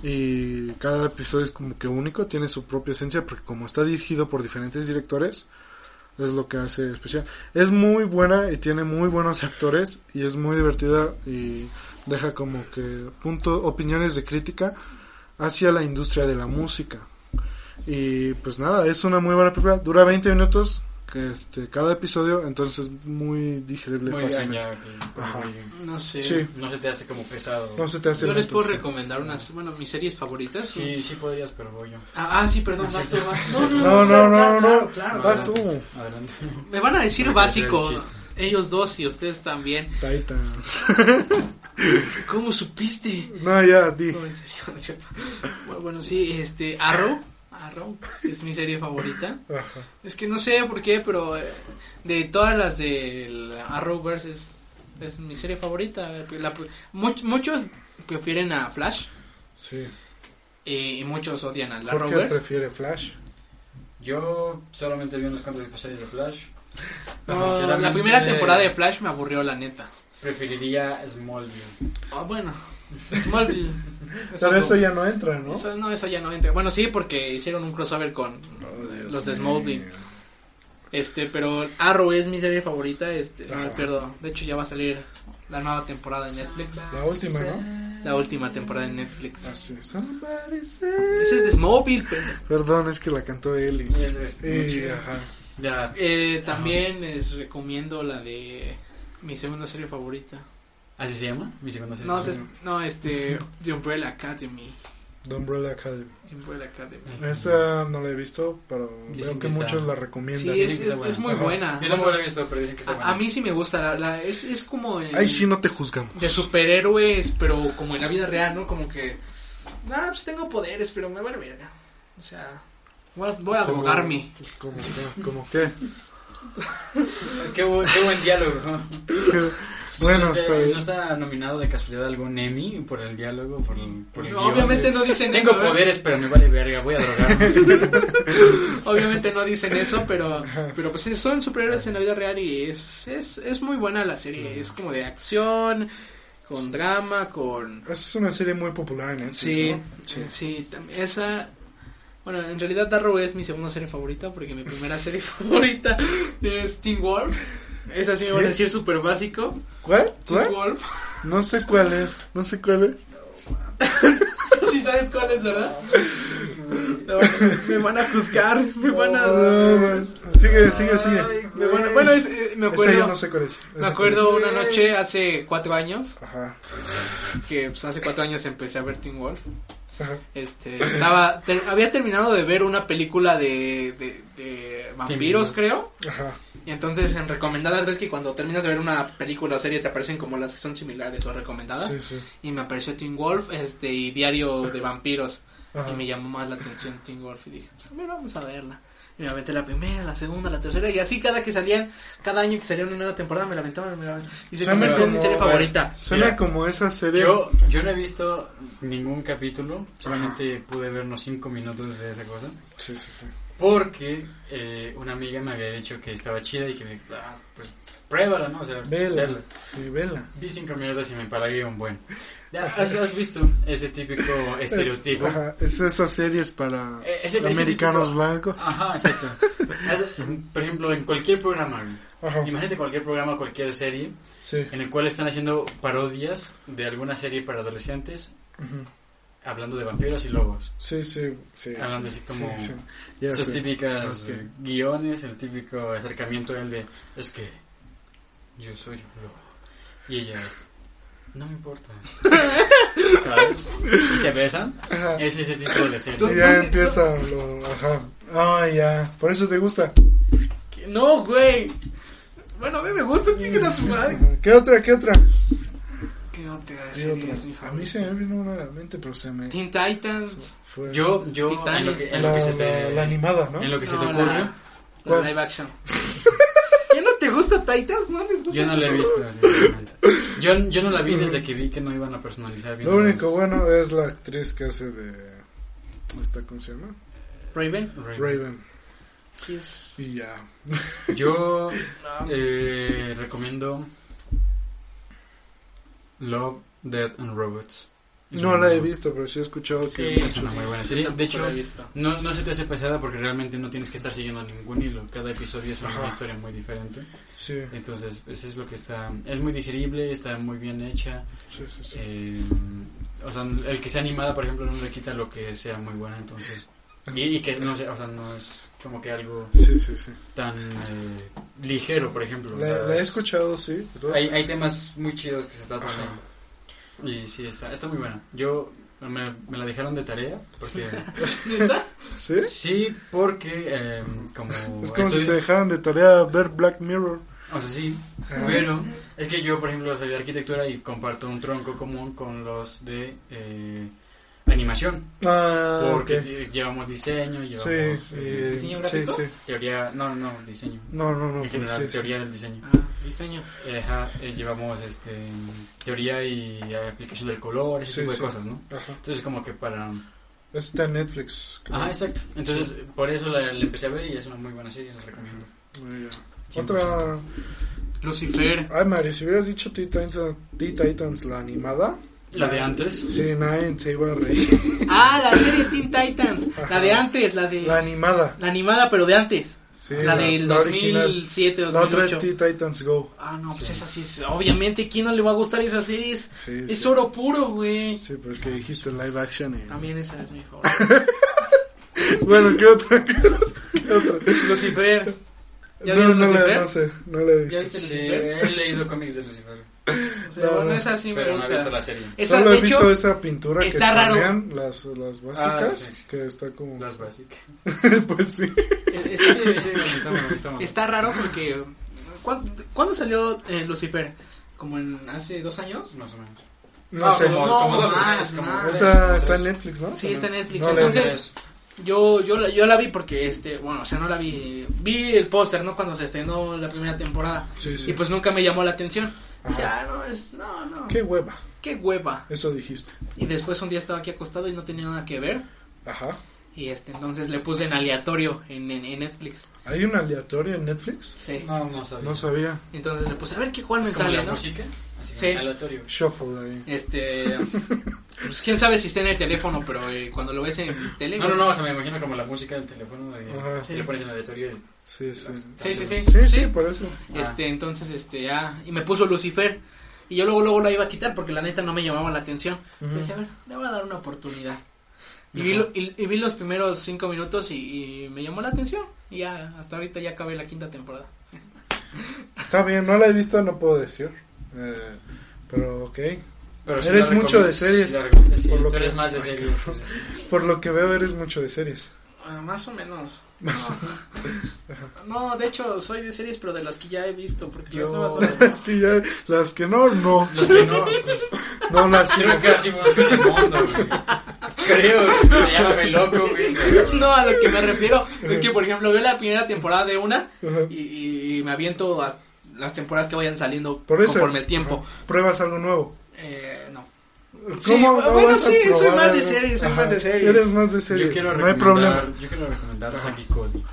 S3: Y cada episodio es como que único, tiene su propia esencia, porque como está dirigido por diferentes directores, es lo que hace especial. Es muy buena y tiene muy buenos actores, y es muy divertida y deja como que punto, opiniones de crítica hacia la industria de la música. Y pues nada, es una muy buena película. Dura 20 minutos que este, cada episodio, entonces muy digerible
S4: Muy bien,
S3: fácilmente.
S4: ya, ok.
S3: Ajá.
S2: No sé.
S3: Sí.
S4: No se te hace como pesado.
S3: No se te hace
S2: Yo les
S3: lento,
S2: puedo
S3: sí.
S2: recomendar unas, bueno, mis series favoritas.
S4: Sí, sí podrías, pero voy yo.
S2: Ah, ah, sí, perdón, vas tú, vas tú.
S3: No, no, no,
S2: claro,
S3: no.
S2: claro, claro,
S3: Vas
S2: claro.
S3: tú,
S4: Adelante.
S2: Me van a decir
S4: Porque
S2: básico,
S4: es el chiste.
S2: ellos dos y ustedes también.
S3: Titans.
S2: ¿Cómo supiste?
S3: no, ya, di.
S2: No, en serio, no es cierto. Bueno, bueno, sí, este, Arrow, Arrow, que es mi serie favorita.
S3: Ajá.
S2: Es que no sé por qué, pero eh, de todas las del Arrowverse es, es mi serie favorita. La- much- muchos prefieren a Flash
S3: Sí.
S2: eh, y muchos odian al
S3: ¿Por qué
S2: Arrowverse.
S3: prefiere Flash?
S4: Yo solamente vi unos cuantos episodios de Flash.
S2: No, la
S4: Sinceramente,
S2: primera temporada de Flash me aburrió, la neta.
S4: Preferiría Smallville.
S2: Ah, bueno, Smallville. Eso
S3: Pero
S2: no-
S3: eso ya no entra, ¿no?
S2: Eso, no, eso ya no entra. Bueno, sí, porque hicieron un crossover con
S3: Oh,
S2: los de Smallville. Este, pero Arrow es mi serie favorita, este, no me
S3: Ajá.
S2: pierdo. De hecho, ya va a salir la nueva temporada de Netflix.
S3: La última, ¿no?
S2: La última temporada de Netflix.
S3: Así. Somebody say-
S2: Ese es de Smallville, pendejo.
S3: Perdón, es que la cantó Eli.
S4: Y es- es muy
S3: Y,
S4: chido.
S3: ajá.
S4: Ya.
S2: Eh, también les recomiendo la de mi segunda serie favorita.
S4: ¿Así se llama? Mi segunda serie.
S2: No, se- no este, The Umbrella Academy.
S3: The Umbrella Academy.
S2: Umbrella Academy.
S3: Esa no la he visto, pero
S4: Dicen
S3: veo
S4: que
S3: que
S4: está-
S3: muchos la
S2: Sí,
S3: recomiendan.
S2: es,
S4: que está
S2: es-
S4: buena.
S2: es muy
S3: Ajá.
S2: buena.
S4: Yo tampoco lo he visto, pero dicen que está bueno.
S2: A, a mí sí me gusta, la, la- es, es como en-
S3: Ahí sí no te juzgamos.
S2: de superhéroes, pero como en la vida real, ¿no? Como que, ah, pues tengo poderes, pero me vale verga. O sea, voy a, voy a
S3: Como- pues,
S2: drogarme.
S3: Como que, como que.
S4: Qué, bu- qué buen diálogo. ¿no? Eh,
S3: Bueno, hasta
S4: ¿No está nominado de casualidad algún Emmy por el diálogo? Por el, por el
S2: No,
S4: guión?
S2: obviamente no dicen
S4: Tengo
S2: eso. ¿eh?
S4: poderes, pero me vale verga, voy a drogarme.
S2: Obviamente no dicen eso, pero, pero pues sí, son superhéroes en la vida real y es, es, es muy buena la serie. Es como de acción, con drama, con...
S3: Es una serie muy popular en Netflix,
S2: Sí,
S3: ¿no?
S2: sí, tam- esa... Bueno, en realidad Darrow es mi segunda serie favorita porque mi primera serie favorita es Teen Wolf. Esa sí me van a
S3: ¿Qué?
S2: decir súper básico.
S3: ¿Cuál?
S2: Teen
S3: ¿Cuál?
S2: Wolf.
S3: No sé cuál es. No sé cuál es.
S2: Si sabes cuál es, ¿verdad? No, me van a juzgar, me van a...
S3: No, pues, sigue, sigue, sigue.
S2: Ay, me van a- bueno, es- eh, me acuerdo...
S3: Esa yo no sé cuál es. Esa
S2: Me
S3: cuál
S2: acuerdo una noche hace cuatro años,
S3: es. Ajá.
S2: que pues, hace cuatro años empecé a ver Teen Wolf.
S3: Ajá.
S2: Este, estaba, ter- había terminado de ver una película de, de- de vampiros,
S4: Wolf.
S2: creo.
S3: Ajá.
S2: Y entonces en recomendadas ves que cuando terminas de ver una película o serie te aparecen como las que son similares o recomendadas.
S3: Sí, sí.
S2: Y me apareció Teen Wolf este, y Diario de Vampiros.
S3: Ajá.
S2: Y me llamó más la atención Teen Wolf y dije, pues a ver, vamos a verla. Y me aventé la primera, la segunda, la tercera y así cada que salían, cada año que salía una nueva temporada me la aventaba, me la aventaba. Y se
S3: Suena
S2: convirtió en mi
S3: como-
S2: serie
S3: bueno,
S2: favorita.
S3: Suena
S4: Mira,
S3: como esa serie.
S4: Yo, yo no he visto ningún capítulo, solamente pude ver unos 5 minutos de esa cosa.
S3: Sí, sí, sí.
S4: Porque eh, una amiga me había dicho que estaba chida y que me dijo, "Ah, pues pruébala, ¿no? O sea,
S3: Vela.
S4: verla".
S3: Sí, vela.
S4: Vi 5 minutos y me pagué un buen. Ya, ¿Has, has visto ese típico estereotipo?
S3: Es, ajá, es esas series para
S4: Eh, es el- es el
S3: americanos
S4: típico-
S3: blancos.
S4: Ajá, exacto. Haz- Por ejemplo, en cualquier programa,
S3: Ajá.
S4: imagínate cualquier programa, cualquier serie,
S3: Sí.
S4: en el cual están haciendo parodias de alguna serie para adolescentes
S3: Ujú.
S4: hablando de vampiros y lobos.
S3: Sí, sí, sí.
S4: Hablando así
S3: sí,
S4: como-
S3: sí, sí. Ya
S4: Esos
S3: sé.
S4: típicos
S3: Ok.
S4: eh, guiones, el típico acercamiento del de, es que yo soy un lobo. Y ella, no me importa. ¿Sabes? Y se besan.
S3: Ajá.
S4: Es ese tipo de
S3: Y
S4: serie.
S3: ya empieza lo... Ajá. Ah, ya. Por eso te gusta.
S2: Que No, güey. Bueno, a mí me gusta chingar
S3: Mm.
S2: a su madre.
S3: Ajá. ¿Qué otra? ¿Qué otra?
S2: ¿Qué otra
S3: ¿Qué
S2: serie
S3: otra?
S2: es mi
S3: A mí se
S2: favorita?
S3: me vino una a la mente, pero se me
S2: Teen Titans,
S3: fue.
S4: Yo, yo, en lo que, en
S3: la,
S4: lo que se
S3: la-
S4: te...
S3: la animada, ¿no?
S4: En lo que se
S2: No,
S4: te
S2: la-
S4: ocurre,
S2: la
S3: ¿Cuál?
S2: live action. ¿Ya no te gusta Titans? ¿No les gusta?
S4: yo no la he visto. sinceramente. Yo, yo no la vi desde que vi que no iban a personalizar bien.
S3: Lo único
S4: los-
S3: bueno es la actriz que hace de... ¿Esta cómo se llama?
S2: Raven.
S3: Raven.
S2: Sí, es...
S3: Y ya.
S4: Yo
S2: no.
S4: eh, recomiendo Love, Death and Robots. Es
S3: No
S4: una-
S3: la he visto, pero sí he escuchado
S2: Sí,
S3: que...
S4: Es una muy buena serie. De
S2: Tampoco la
S4: hecho,
S2: he visto.
S4: no, no se te hace pesada porque realmente no tienes que estar siguiendo ningún hilo. Cada episodio es una
S3: Ajá.
S4: historia muy diferente.
S3: Sí,
S4: Entonces, eso es lo que está... Es muy digerible, está muy bien hecha.
S3: sí, sí. sí.
S4: Eh, o sea, el que sea animada, por ejemplo, no le quita lo que sea muy buena, entonces... Y, y que no sea, o sea, no es como que algo
S3: Sí, sí, sí.
S4: tan eh, ligero, por ejemplo.
S3: La,
S4: O sea,
S3: la he
S4: es-
S3: escuchado, sí. de todo.
S4: Hay, hay temas muy chidos que se tratan
S3: Ajá.
S4: ahí. Y sí, está, está muy buena. Yo... Me, me la dejaron de tarea porque...
S3: ¿Sí?
S4: Sí, porque eh, como...
S3: Es como
S4: estoy-
S3: si te dejaran de tarea ver Black Mirror.
S4: O sea, sí,
S3: Ajá.
S4: pero es que yo, por ejemplo, soy de arquitectura y comparto un tronco común con los de eh, animación.
S3: Ah,
S4: Porque
S3: ok.
S4: llevamos diseño,
S3: Sí,
S4: llevamos eh,
S3: eh,
S2: ¿Diseño
S3: sí,
S2: gráfico?
S3: sí.
S4: teoría... No, no, diseño.
S3: No, no, no.
S4: En
S3: pues,
S4: general,
S3: sí, sí.
S4: teoría del diseño.
S2: Ah, diseño.
S4: Ajá, eh, llevamos este, teoría y aplicación del color, ese
S3: Sí,
S4: tipo de
S3: sí.
S4: cosas, ¿no?
S3: Ajá.
S4: Entonces, como que para...
S3: Eso está en Netflix. creo.
S4: Ajá, exacto. Entonces, por eso la, la empecé a ver y es una muy buena serie, la recomiendo.
S3: Muy bien.
S4: 100%.
S3: Otra.
S2: Lucifer.
S3: Ay, Mario, si hubieras dicho Teen Titans, Teen Titans la animada,
S4: La de antes.
S3: sí, nadie se iba a reír.
S2: Ah, la serie Teen Titans.
S3: Ajá.
S2: La de antes, la de...
S3: La
S2: La,
S3: animada.
S2: animada, pero de antes.
S3: Sí,
S2: la del
S3: la original.
S2: 2007,
S3: La otra es
S2: 2008.
S3: Teen Titans Go.
S2: Ah, no, pues esa sí es... Obviamente, ¿quién no le va a gustar esa serie? Es,
S3: Sí,
S2: es
S3: sí.
S2: oro puro, güey.
S3: Sí, pero es que dijiste live action. y-
S2: También esa es mi favorita.
S3: Bueno, ¿qué otra?
S2: Lucifer. ¿Ya
S3: no,
S2: vieron
S3: no, la,
S2: Lucifer?
S3: no sé, no la he visto.
S2: ¿Ya viste
S4: Sí,
S2: Lucifer?
S4: he leído cómics de Lucifer,
S2: O sea,
S3: No,
S2: bueno,
S3: no.
S2: esa sí me
S4: pero no he visto
S2: gusta.
S4: la serie.
S2: Esa,
S3: Solo
S2: de
S3: he visto
S2: hecho,
S3: esa pintura que
S2: está raro. Ah,
S3: escanean, las, las básicas,
S4: sí.
S3: que está como...
S4: Las básicas.
S3: pues sí.
S2: eh, es-
S4: Sí,
S2: es-
S4: sí, bonito, bonito, bonito.
S2: está raro porque... ¿Cuándo, cuándo salió eh, Lucifer? ¿Como en hace dos años?
S4: Más o menos.
S3: No
S4: Ah,
S3: sé.
S4: Como,
S2: No,
S4: como dos
S2: más,
S4: años, como
S2: más.
S4: tres,
S3: Esa
S4: como
S3: está
S4: tres.
S3: en Netflix, ¿no?
S2: Sí, está en Netflix.
S3: No la he
S2: Entonces,
S3: visto.
S4: Tres.
S2: Yo, yo, la- yo la vi porque, este, bueno, o sea, no la vi. Vi el póster, ¿no? Cuando se estrenó la primera temporada.
S3: Sí, sí.
S2: Y pues nunca me llamó la atención.
S3: Ajá.
S2: Ya, no, es, no, no.
S3: Qué hueva,
S2: Qué hueva.
S3: eso dijiste.
S2: Y después un día estaba aquí acostado y no tenía nada que ver.
S3: Ajá.
S2: Y este, entonces le puse en aleatorio en, en, en Netflix.
S3: ¿Hay un aleatorio en Netflix?
S2: Sí.
S4: No, no sabía.
S3: No sabía.
S2: Entonces le puse, a ver qué cuál me
S4: Es como
S2: sale,
S4: la
S2: ¿no?
S4: música, así
S2: Sí.
S4: aleatorio.
S3: Shuffle ahí.
S2: Este. Pues quién sabe si está en el teléfono, pero eh, cuando lo ves en el
S4: No,
S2: teléfono.
S4: no, no, o sea, me imagino como la música del teléfono de
S3: Ajá.
S4: que le pones en aleatorio. y-
S3: Sí, sí.
S2: Sí, sí, sí.
S3: Sí, pues. sí,
S2: Sí.
S3: por eso.
S2: Este, entonces, este, ya. Y me puso Lucifer. Y yo luego, luego la iba a quitar porque la neta no me llamaba la atención.
S3: Ujú.
S2: Pero Dije, a ver, le voy a dar una oportunidad. Y vi, lo- y, y vi los primeros cinco minutos y, y me llamó la atención. Y ya, hasta ahorita ya acabé la quinta temporada.
S3: Está bien, no la he visto, no puedo decir. Eh, pero ok.
S4: Pero sí
S3: Eres
S4: la
S3: mucho
S4: recomiendo,
S3: de series,
S4: sí la recomiendo, sí,
S3: por lo
S4: tú eres
S3: que-
S4: más de
S3: Ay,
S4: series. sí, sí,
S3: Por lo que veo, eres mucho de series.
S2: Ah, más o menos. No. No, de hecho, soy de series, pero de las que ya he visto. Porque
S4: Yo-
S2: las nuevas no las
S3: es que ya, las que no, no.
S4: sí. Los que no, pues,
S3: No las sigo.
S4: creo que así funciona el mundo, güey. Creo, llámame loco, güey.
S2: No, a lo que me refiero es que, por ejemplo, veo la primera temporada de una
S3: Ajá.
S2: y, y me aviento a las temporadas que vayan saliendo
S3: Por eso.
S2: conforme el tiempo.
S3: Ajá. Pruebas algo nuevo.
S2: Eh, no.
S3: ¿Cómo
S2: Sí, bueno, sí, soy
S3: probar
S2: más de
S3: algo?
S2: series, soy más de series.
S3: sí eres más de series.
S4: Yo quiero
S3: no hay
S4: recomendar,
S3: problema.
S4: yo quiero recomendar Saki Cody,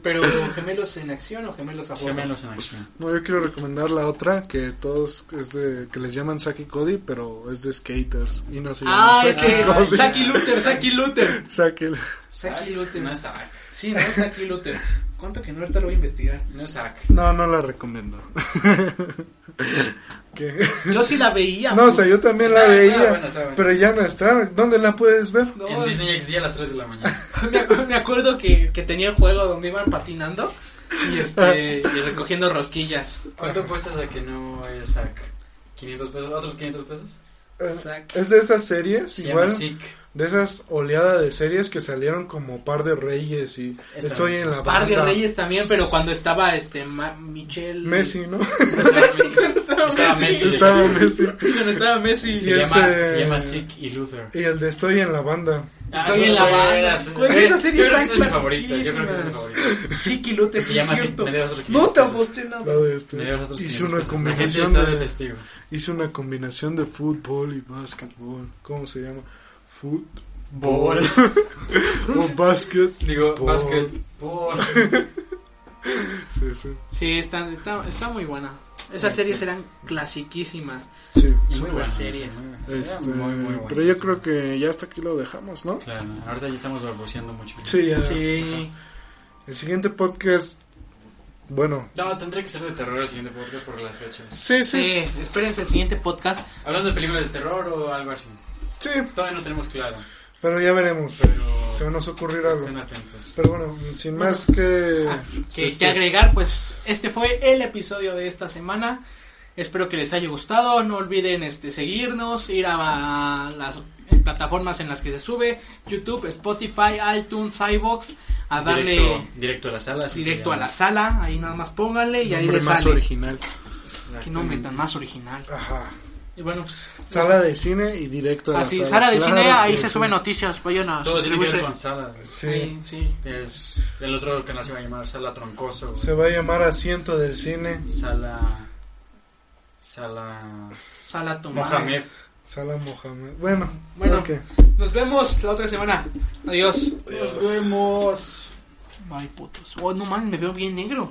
S2: Pero gemelos en acción o gemelos a juego.
S4: Gemelos en Acción.
S3: No, yo quiero recomendar la otra que todos es de que les llaman Saki Cody, pero es de skaters y no se
S2: Ah,
S3: llama
S2: es que
S3: Cody.
S2: Saki Luther, Saki Luther.
S3: Saki-
S2: Saki Luther.
S4: No es Zack,
S2: Sí, no, Saki Luther. ¿Cuánto que no ahorita lo voy a investigar?
S4: no es Zack.
S3: No, no la recomiendo. ¿Qué?
S2: Yo sí la veía.
S3: No, o
S2: pues.
S3: sea, yo también la
S4: Estaba- estaba
S3: veía,
S4: buena, estaba buena.
S3: pero ya no está. ¿Dónde la puedes ver?
S2: No,
S4: En Disney XD a las 3 de la mañana.
S2: me, ac- me acuerdo que, que tenía el juego donde iban patinando y, este, y recogiendo rosquillas.
S4: ¿Cuánto apuestas a que no es Zack? ¿500 pesos? ¿Otros 500 pesos?
S3: Eh,
S2: Saki.
S3: Es de esas series,
S4: Se llama
S3: igual,
S4: Sick.
S3: de esas oleadas de series que salieron como Par de Reyes y
S4: Esta
S3: Estoy
S4: vez.
S3: en la
S2: Par de
S3: banda.
S2: reyes también, pero cuando estaba este Ma- Michelle
S3: Messi, ¿no?
S4: Estaba Messi. Estaba Messi.
S3: Estaba Messi.
S2: Cuando estaba Messi.
S3: Sí,
S4: Se, llama,
S3: este-
S4: se llama Sick y Luther. Ah,
S3: Y el de Estoy en la banda.
S2: Estoy en la banda. Güey, esa serie
S4: yo creo
S2: está
S4: que es mi favorita. Yo creo que es mi
S2: clasiquísima.
S4: favorita.
S2: Sí, Quilote,
S4: Se
S2: sí,
S4: llama
S2: es
S4: así,
S2: cierto.
S4: me debes otros
S2: No
S4: 500
S2: te
S4: pesos.
S2: aposté nada.
S3: La de este.
S4: Me debes otros
S3: Hice
S4: 500
S3: una
S4: pesos. La gente
S3: combinación
S4: está de
S3: de,
S4: testigo.
S3: hice una combinación de fútbol y básquetbol. ¿Cómo se llama? Fútbol
S4: Bol.
S3: o básquet.
S4: Digo,
S3: Bol.
S4: básquet. Bol.
S3: Sí, sí.
S2: Sí, está, está, está muy buena. Esas series eran clasiquísimas.
S3: Sí.
S2: Súper
S4: buena,
S2: series.
S4: sí, muy buena.
S3: Este,
S4: Muy, muy buena.
S3: Pero yo creo que ya hasta aquí lo dejamos, ¿no?
S4: Claro, ahorita ya estamos balbuceando mucho.
S3: Sí, ya.
S2: Sí.
S3: El siguiente podcast. Bueno.
S4: No, tendría que ser de terror el siguiente podcast por las fechas.
S3: Sí, sí.
S2: Sí, espérense el siguiente podcast.
S4: Hablando de películas de terror o algo así.
S3: Sí.
S4: Todavía no tenemos claro,
S3: Pero ya veremos.
S4: Pero-
S3: Se nos ocurrirá algo.
S4: estén atentos.
S3: Pero bueno, sin más que.
S2: Ah, que,
S3: este,
S2: que agregar, pues este fue el episodio de esta semana. Espero que les haya gustado. No olviden este, seguirnos, ir a, a las plataformas en las que se sube: YouTube, Spotify, iTunes, iBox. A darle
S4: Directo,
S2: directo,
S4: directo a la sala. así
S2: a
S4: se
S2: la sala. Ahí nada más pónganle y ahí
S3: nombre
S2: les
S3: más
S2: sale.
S3: original.
S4: llama.
S2: Que no metan más original.
S3: Ajá.
S2: Y bueno, pues.
S3: Sala de cine y directo a la
S2: Así,
S3: sala.
S2: Ah, sala de
S3: Claro
S2: cine, ahí
S3: que
S2: se
S3: sí.
S2: suben noticias. Vayan a
S4: Todo tiene que ver
S2: suscribirse.
S4: con sala.
S3: Sí.
S2: Sí, sí.
S4: Es, el otro canal se va a llamar Sala Troncoso.
S3: Se va a llamar Asiento del Cine,
S4: Sala. Sala.
S2: Sala Tomás.
S4: Mohamed.
S3: Sala Mohamed. Bueno,
S2: Bueno.
S3: ok.
S2: Nos vemos la otra semana. Adiós.
S4: Nos vemos.
S2: Ay, putos. Oh, no mames, me veo bien negro.